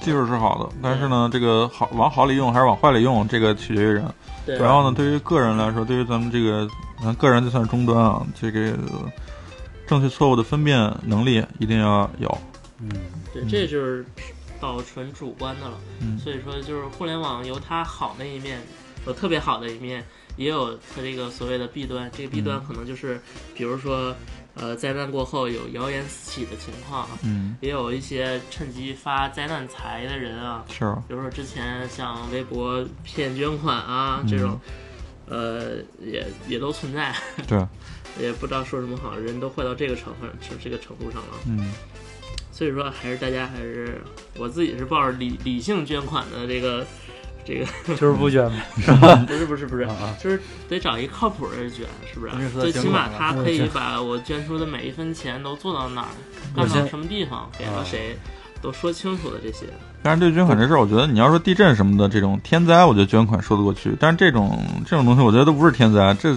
Speaker 3: 技术是好的，但是呢，这个好往好里用还是往坏里用，这个取决于人。
Speaker 5: 对，啊
Speaker 3: 然后呢，对于个人来说，对于咱们这个，咱个人就算是终端啊，这个呃正确错误的分辨能力一定要有。
Speaker 4: 嗯，
Speaker 5: 对，这就是到纯主观的了。
Speaker 3: 嗯
Speaker 5: 所以说，就是互联网有它好的一面，有特别好的一面，也有它这个所谓的弊端。这个弊端可能就是，比如说，呃，灾难过后有谣言四起的情况，啊
Speaker 3: 嗯，
Speaker 5: 也有一些趁机发灾难财的人啊，
Speaker 3: 是啊，
Speaker 5: 比如说之前像微博骗捐款
Speaker 3: 嗯
Speaker 5: 啊这种，呃，也也都存在，
Speaker 3: 对，
Speaker 5: 也不知道说什么好，人都坏到这个程度上，这个程度上了。
Speaker 3: 嗯，
Speaker 5: 所以说，还是大家还是我自己是抱着理理性捐款的这个这个，
Speaker 4: 就是不捐呗。
Speaker 5: 不是不是不是
Speaker 4: 啊，啊，
Speaker 5: 就是得找一靠谱的人捐，是不
Speaker 2: 不是
Speaker 5: 是？
Speaker 2: 说
Speaker 5: 最
Speaker 2: 捐
Speaker 5: 起码
Speaker 2: 款了
Speaker 5: 他
Speaker 4: 嗯
Speaker 5: 可以
Speaker 4: 捐
Speaker 5: 把我捐出的每一分钱都做到哪儿，
Speaker 4: 我
Speaker 5: 干
Speaker 4: 现
Speaker 5: 到什么地方，给
Speaker 4: 啊
Speaker 5: 了谁，都说清楚的这些。
Speaker 3: 但是对捐款这事儿，我觉得你要说地震什么的这种天灾，我觉得捐款说得过去。但是这种这种东西，我觉得都不是天灾，这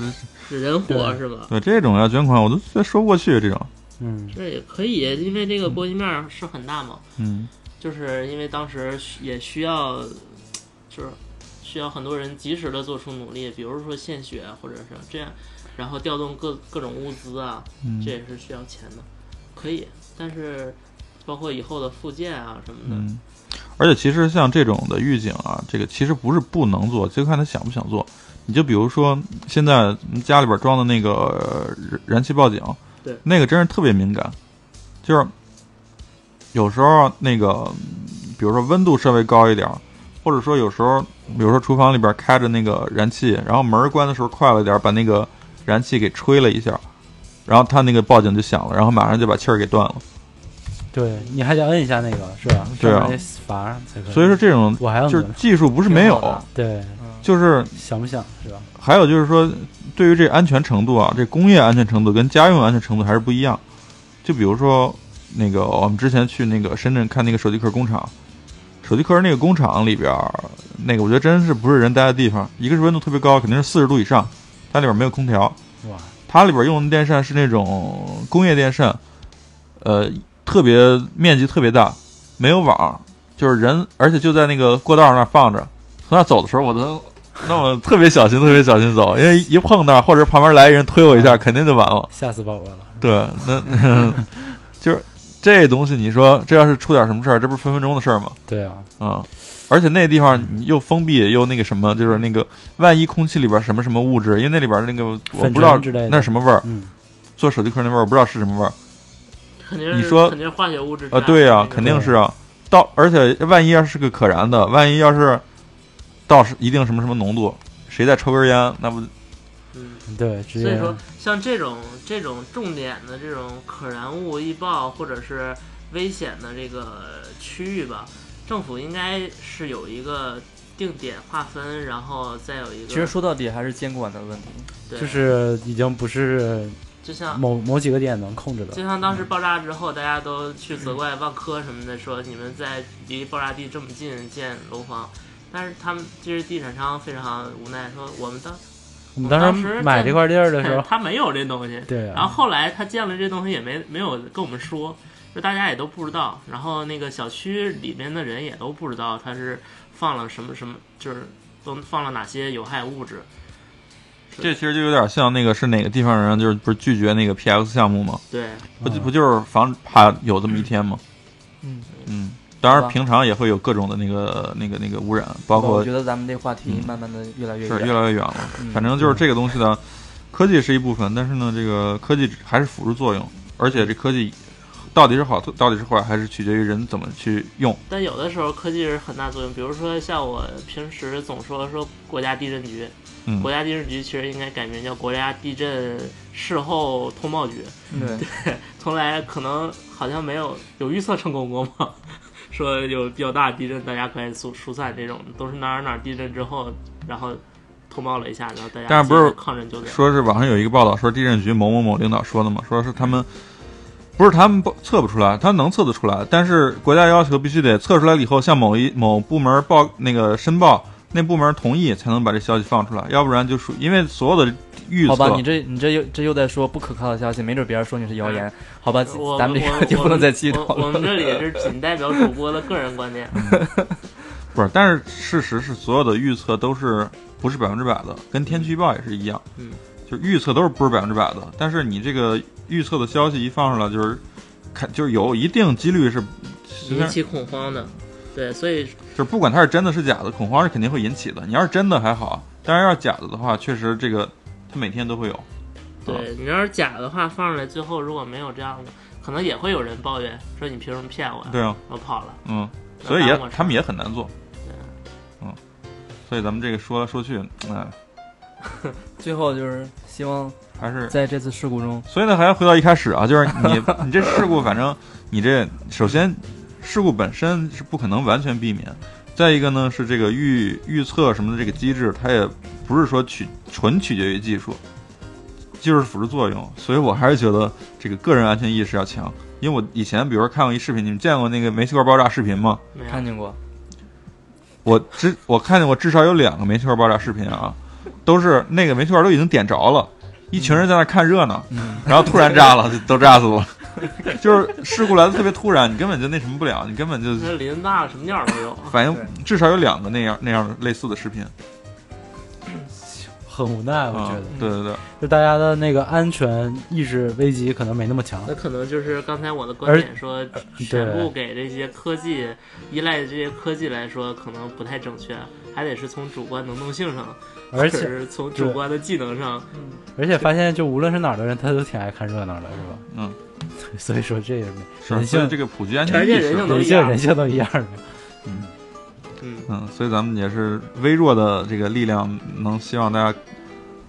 Speaker 5: 是人活
Speaker 4: 对
Speaker 5: 是吧？
Speaker 3: 对这种要捐款，我都觉得说不过去这种。
Speaker 4: 嗯，
Speaker 5: 这也可以，因为这个波及面儿是很大嘛，
Speaker 3: 嗯，
Speaker 5: 就是因为当时也需要，就是需要很多人及时的做出努力，比如说献血或者是这样，然后调动各各种物资啊，
Speaker 3: 嗯
Speaker 5: 这也是需要钱的，可以，但是包括以后的复健啊什么的，
Speaker 3: 嗯，而且其实像这种的预警啊，这个其实不是不能做，就看他想不想做。你就比如说现在家里边装的那个呃燃燃气报警，
Speaker 5: 对
Speaker 3: 那个真是特别敏感，就是有时候那个，比如说温度稍微高一点儿，或者说有时候，比如说厨房里边开着那个燃气，然后门儿关的时候快了点儿，把那个燃气给吹了一下，然后它那个报警就响了，然后马上就把气儿给断了。
Speaker 4: 对，你还得摁一下那个，是吧？
Speaker 3: 对啊
Speaker 4: 上面得罚上才可以。
Speaker 3: 所以说这种
Speaker 4: 我还要
Speaker 3: 就是
Speaker 4: 呢
Speaker 3: 技术不是没
Speaker 2: 挺好
Speaker 3: 有
Speaker 2: 的，
Speaker 4: 对，
Speaker 3: 就是
Speaker 4: 想不想是吧？
Speaker 3: 还有就是说，对于这安全程度啊，这工业安全程度跟家用安全程度还是不一样。就比如说那个我们之前去那个深圳看那个手机壳工厂，手机壳那个工厂里边儿，那个我觉得真是不是人待的地方。一个是温度特别高，肯定是四十度以上，它里边没有空调，
Speaker 4: 哇，
Speaker 3: 它里边用的电扇是那种工业电扇，呃，特别面积特别大，没有网，就是人，而且就在那个过道那儿放着。从那儿走的时候，我都那我特别小心，特别小心走，因为一碰那儿或者旁边来一人推我一下，肯定就完了。
Speaker 4: 吓死宝宝了。
Speaker 3: 对，那 就是这东西，你说这要是出点什么事儿，这不是分分钟的事儿吗？
Speaker 4: 对啊，
Speaker 3: 啊、而且那地方你又封闭又那个什么，就是那个万一空气里边什么什么物质，因为那里边那个我
Speaker 4: 粉
Speaker 3: 不知道
Speaker 4: 尘之类的
Speaker 3: 那是什么味儿，
Speaker 4: 嗯，
Speaker 3: 做手机壳那味儿，我不知道是什么味儿。
Speaker 5: 肯定是
Speaker 3: 你说
Speaker 5: 肯定是化学物质
Speaker 3: 啊，对呀、
Speaker 5: 呀、
Speaker 3: 肯定是啊。到而且万一要是个可燃的，万一要是到是一定什么什么浓度，谁再抽根烟，那不
Speaker 5: 嗯，
Speaker 4: 对，啊直
Speaker 5: 所
Speaker 4: 接
Speaker 5: 以说像这种这种重点的这种可燃物易爆或者是危险的这个区域吧，政府应该是有一个定点划分，然后再有一个
Speaker 2: 其实说到底还是监管的问题。
Speaker 5: 对
Speaker 4: 就是已经不是
Speaker 5: 就像
Speaker 4: 某某几个点能控制
Speaker 5: 啊就
Speaker 4: 的。
Speaker 5: 像当时爆炸之后，大家都去责怪万科什么的，说你们在离爆炸地这么近建楼房，但是他们这是地产商非常无奈，说我们当
Speaker 4: 我们当
Speaker 5: 当时
Speaker 4: 时买
Speaker 5: 在，
Speaker 4: 这块地儿的时候
Speaker 5: 他没有这东西，
Speaker 4: 对
Speaker 5: 然后
Speaker 4: 啊，
Speaker 5: 后来他建了这东西也没没有跟我们说，就大家也都不知道，然后那个小区里面的人也都不知道他是放了什么什么，就是都放了哪些有害物质，
Speaker 3: 这其实就有点像那个是哪个地方人，就是不是拒绝那个 PX 项目吗？
Speaker 5: 对，
Speaker 3: 不就
Speaker 4: 嗯
Speaker 3: 不就是防怕有这么一天吗？
Speaker 2: 嗯
Speaker 3: 嗯，当
Speaker 2: 好
Speaker 3: 然
Speaker 2: 吧
Speaker 3: 平常也会有各种的那个那个那个污染，包
Speaker 2: 我
Speaker 3: 括
Speaker 2: 觉得咱们这话题
Speaker 3: 嗯
Speaker 2: 慢慢的越来越
Speaker 3: 是
Speaker 2: 远，
Speaker 3: 越来越远了。
Speaker 2: 嗯
Speaker 3: 反正就是这个东西呢，科技是一部分，但是呢，这个科技还是辅助作用，而且这科技到底是好，到底是坏，还是取决于人怎么去用。
Speaker 5: 但有的时候科技是很大作用，比如说像我平时总说说国家地震局，
Speaker 3: 嗯
Speaker 5: 国家地震局其实应该改名叫国家地震事后通报局，
Speaker 2: 对，
Speaker 5: 从来可能好像没有有预测成功过吗？ 说有比较大的地震，大家可以疏疏散这种，都是哪儿哪儿地震之后，然后通报了一下，然后大家
Speaker 3: 但是不是
Speaker 5: 接着抗震救灾，
Speaker 3: 说是网上有一个报道说地震局某某某领导说的嘛，说是他们不是他们不测不出来，他们能测得出来，但是国家要求必须得测出来了以后向某一某部门报那个申报，那部门同意才能把这消息放出来，要不然就属因为所有的预
Speaker 2: 好
Speaker 3: 测
Speaker 2: 吧，你这你这又这又在说不可靠的消息，没准别人说你是谣言，好吧
Speaker 5: 哎我，
Speaker 2: 咱们这个 话题不能再继续讨
Speaker 5: 我我我
Speaker 2: 论
Speaker 5: 们
Speaker 2: 了。
Speaker 5: 这里是仅代表主播的个人观点，
Speaker 3: 不是，但是事实是所有的预测都是不是百分之百的，跟天气预报也是一样，
Speaker 5: 嗯，
Speaker 3: 就是预测都是不是百分之百的，但是你这个预测的消息一放出来就是。看，就是有一定几率是，虽然
Speaker 5: 引起恐慌的， 对，所以
Speaker 3: 就是不管它是真的是假的，恐慌是肯定会引起的。你要是真的还好，但是要是假的的话，确实这个它每天都会有。
Speaker 5: 对你要是假的话放出来，最后如果没有这样的，可能也会有人抱怨说你凭什么骗我呀？
Speaker 3: 对啊，
Speaker 5: 我跑了，
Speaker 3: 嗯，
Speaker 5: 那
Speaker 3: 所以
Speaker 5: 耽
Speaker 3: 也
Speaker 5: 误我事儿
Speaker 3: 他们也很难做。嗯，所以咱们这个说来说去，哎，
Speaker 2: 最后就是希望
Speaker 3: 还是
Speaker 2: 在这次事故中，
Speaker 3: 所以呢，还要回到一开始啊，就是你 你这事故，反正你这首先事故本身是不可能完全避免，再一个呢是这个预预测什么的这个机制，它也不是说取纯取决于技术，技术是辅助作用，所以我还是觉得这个个人安全意识要强。因为我以前比如说看过一视频，你们见过那个煤气罐爆炸视频吗？
Speaker 5: 没
Speaker 2: 看
Speaker 5: 有，
Speaker 2: 见过，
Speaker 3: 我至我看见过至少有两个煤气罐爆炸视频啊，都是那个煤气罐都已经点着了，一群人在那看热闹，
Speaker 2: 嗯，
Speaker 3: 然后突然炸了，就都炸死了。 就是事故来的特别突然，你根本就那什么不了，你根本就
Speaker 5: 那林子大了什么鸟都有。
Speaker 3: 反应至少有两个那样那样类似的视频。
Speaker 4: 很无奈，我觉得、
Speaker 3: 嗯对对对，
Speaker 4: 就大家的那个安全意识危机可能没那么
Speaker 3: 啊
Speaker 4: 强。
Speaker 3: 呃
Speaker 5: 那可能就是刚才我的观点说，全部给这些科技依赖这些科技来说，可能不太正确，还得是从主观能动性上，
Speaker 4: 而
Speaker 5: 或者
Speaker 4: 且
Speaker 5: 是从主观的技能上，
Speaker 4: 而且发现，就无论是哪儿的人，他都挺爱看热闹的，是吧？
Speaker 3: 嗯，
Speaker 4: 所以说这也是没
Speaker 3: 是啊
Speaker 4: 人
Speaker 3: 所以
Speaker 4: 性
Speaker 3: 这个普及安全
Speaker 5: 全世
Speaker 3: 意
Speaker 5: 界人
Speaker 3: 识
Speaker 5: 性，都
Speaker 4: 人
Speaker 5: 一
Speaker 4: 性
Speaker 5: 样
Speaker 4: 人性都一样的。
Speaker 3: 嗯
Speaker 5: 嗯，
Speaker 3: 嗯，所以咱们也是微弱的这个力量，能希望大家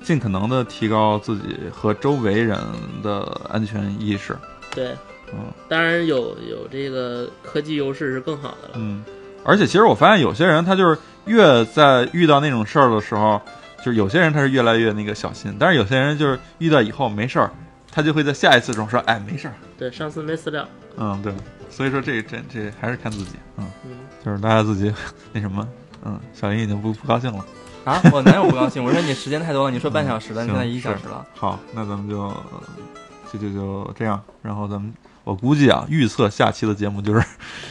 Speaker 3: 尽可能的提高自己和周围人的安全意识。
Speaker 5: 对，
Speaker 3: 嗯
Speaker 5: 当然有有这个科技优势是更好的了，
Speaker 3: 嗯，而且其实我发现有些人他就是越在遇到那种事儿的时候，就是有些人他是越来越那个小心，但是有些人就是遇到以后没事儿，他就会在下一次中说，哎，没事儿。
Speaker 5: 对，上次没死了，
Speaker 3: 嗯，对，所以说这这这还是看自己，嗯，
Speaker 5: 嗯，
Speaker 3: 就是大家自己 那什么，嗯，小林已经不不高兴了。
Speaker 2: 啊，我哪有不高兴？我说你时间太多了，你说半小时了，
Speaker 3: 嗯
Speaker 2: 你现在一
Speaker 3: 行
Speaker 2: 小时了。
Speaker 3: 好，那咱们就呃就就就这样，然后咱们我估计啊，预测下期的节目就是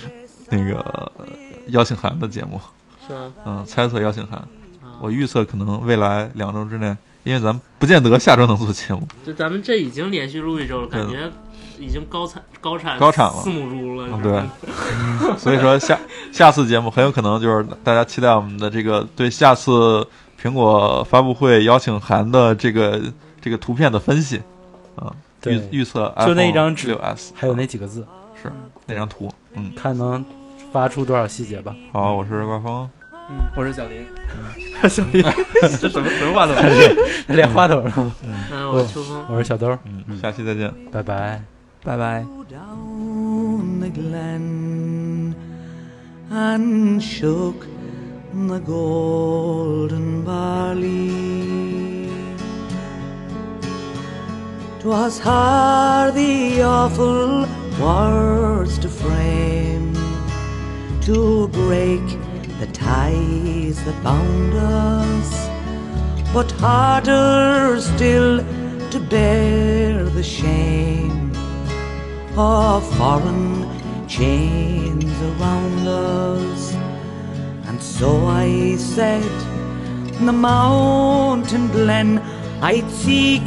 Speaker 3: 那个呃邀请函的节目，
Speaker 5: 是吗？
Speaker 3: 嗯，猜测邀请函，
Speaker 5: 啊
Speaker 3: 我预测可能未来两周之内，因为咱们不见得下周能做节 目，
Speaker 5: 就咱们这已经连续录一周了，感
Speaker 3: 对
Speaker 5: 觉已经高产高产
Speaker 3: 高产了
Speaker 5: 四母猪了，
Speaker 3: 啊
Speaker 5: 是吧
Speaker 3: 所以说下 下次节目很有可能就是大家期待我们的这个对下次苹果发布会邀请函的这个这个图片的分析，啊、
Speaker 4: 对
Speaker 3: 预预测
Speaker 4: 就那一
Speaker 3: iPhone
Speaker 4: 张纸
Speaker 3: 6s，
Speaker 4: 还有那几个字，
Speaker 3: 是那张图，嗯，
Speaker 4: 看能发出多少细节吧。
Speaker 3: 好，我是瓜峰。
Speaker 2: 嗯，我是小林。 小林， 这什么什么话筒？
Speaker 4: 连话筒上，
Speaker 5: 嗯，我是秋风。
Speaker 4: 我是小兜，
Speaker 3: 嗯，下期再见。
Speaker 4: 拜拜。
Speaker 2: 拜拜。
Speaker 6: down the glen and shook the golden barley. Twas hard the awful words to frame to break the ties that bound us but harder still to bear the shame of foreign chains around us. And so I said, the mountain glen I'd seek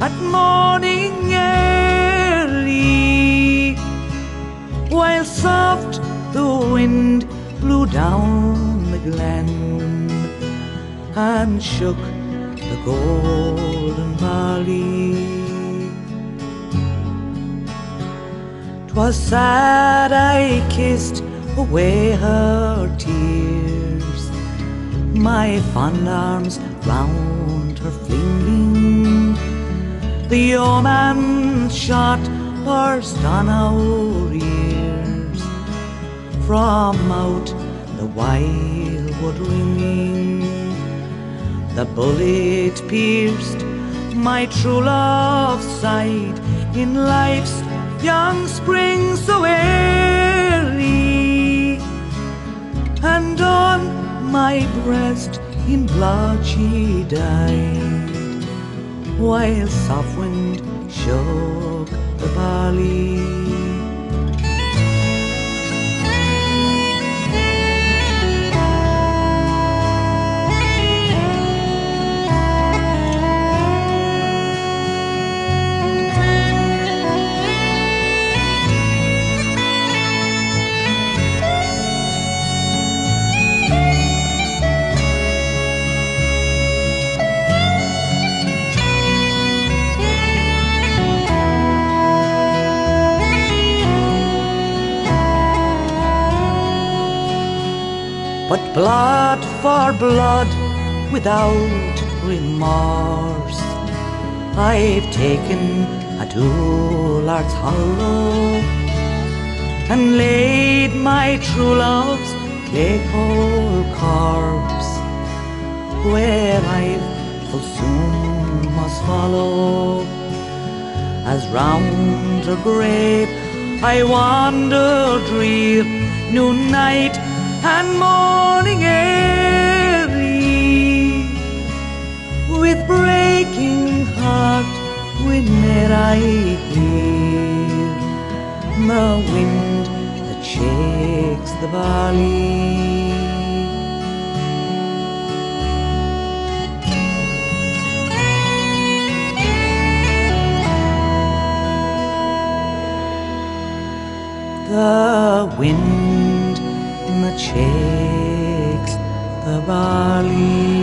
Speaker 6: at morning early, while soft the wind blew down the glen and shook the golden valley. 'Twas sad I kissed away her tears, my fond arms round her flinging. The yeoman shot burst on our ears from out the wild wood ringing. The bullet pierced my true love's side in life's young spring so early, and on my breast in blood she died, while soft wind shook the valley. but blood for blood without remorse. I've taken a Doolard's hollow and laid my true love's clay cold corpse where I full soon must follow. As round her grave I wander drear, new night and morning airy. With breaking heart, whene'er I hear the wind that shakes the barley. wind in the shakes the barley.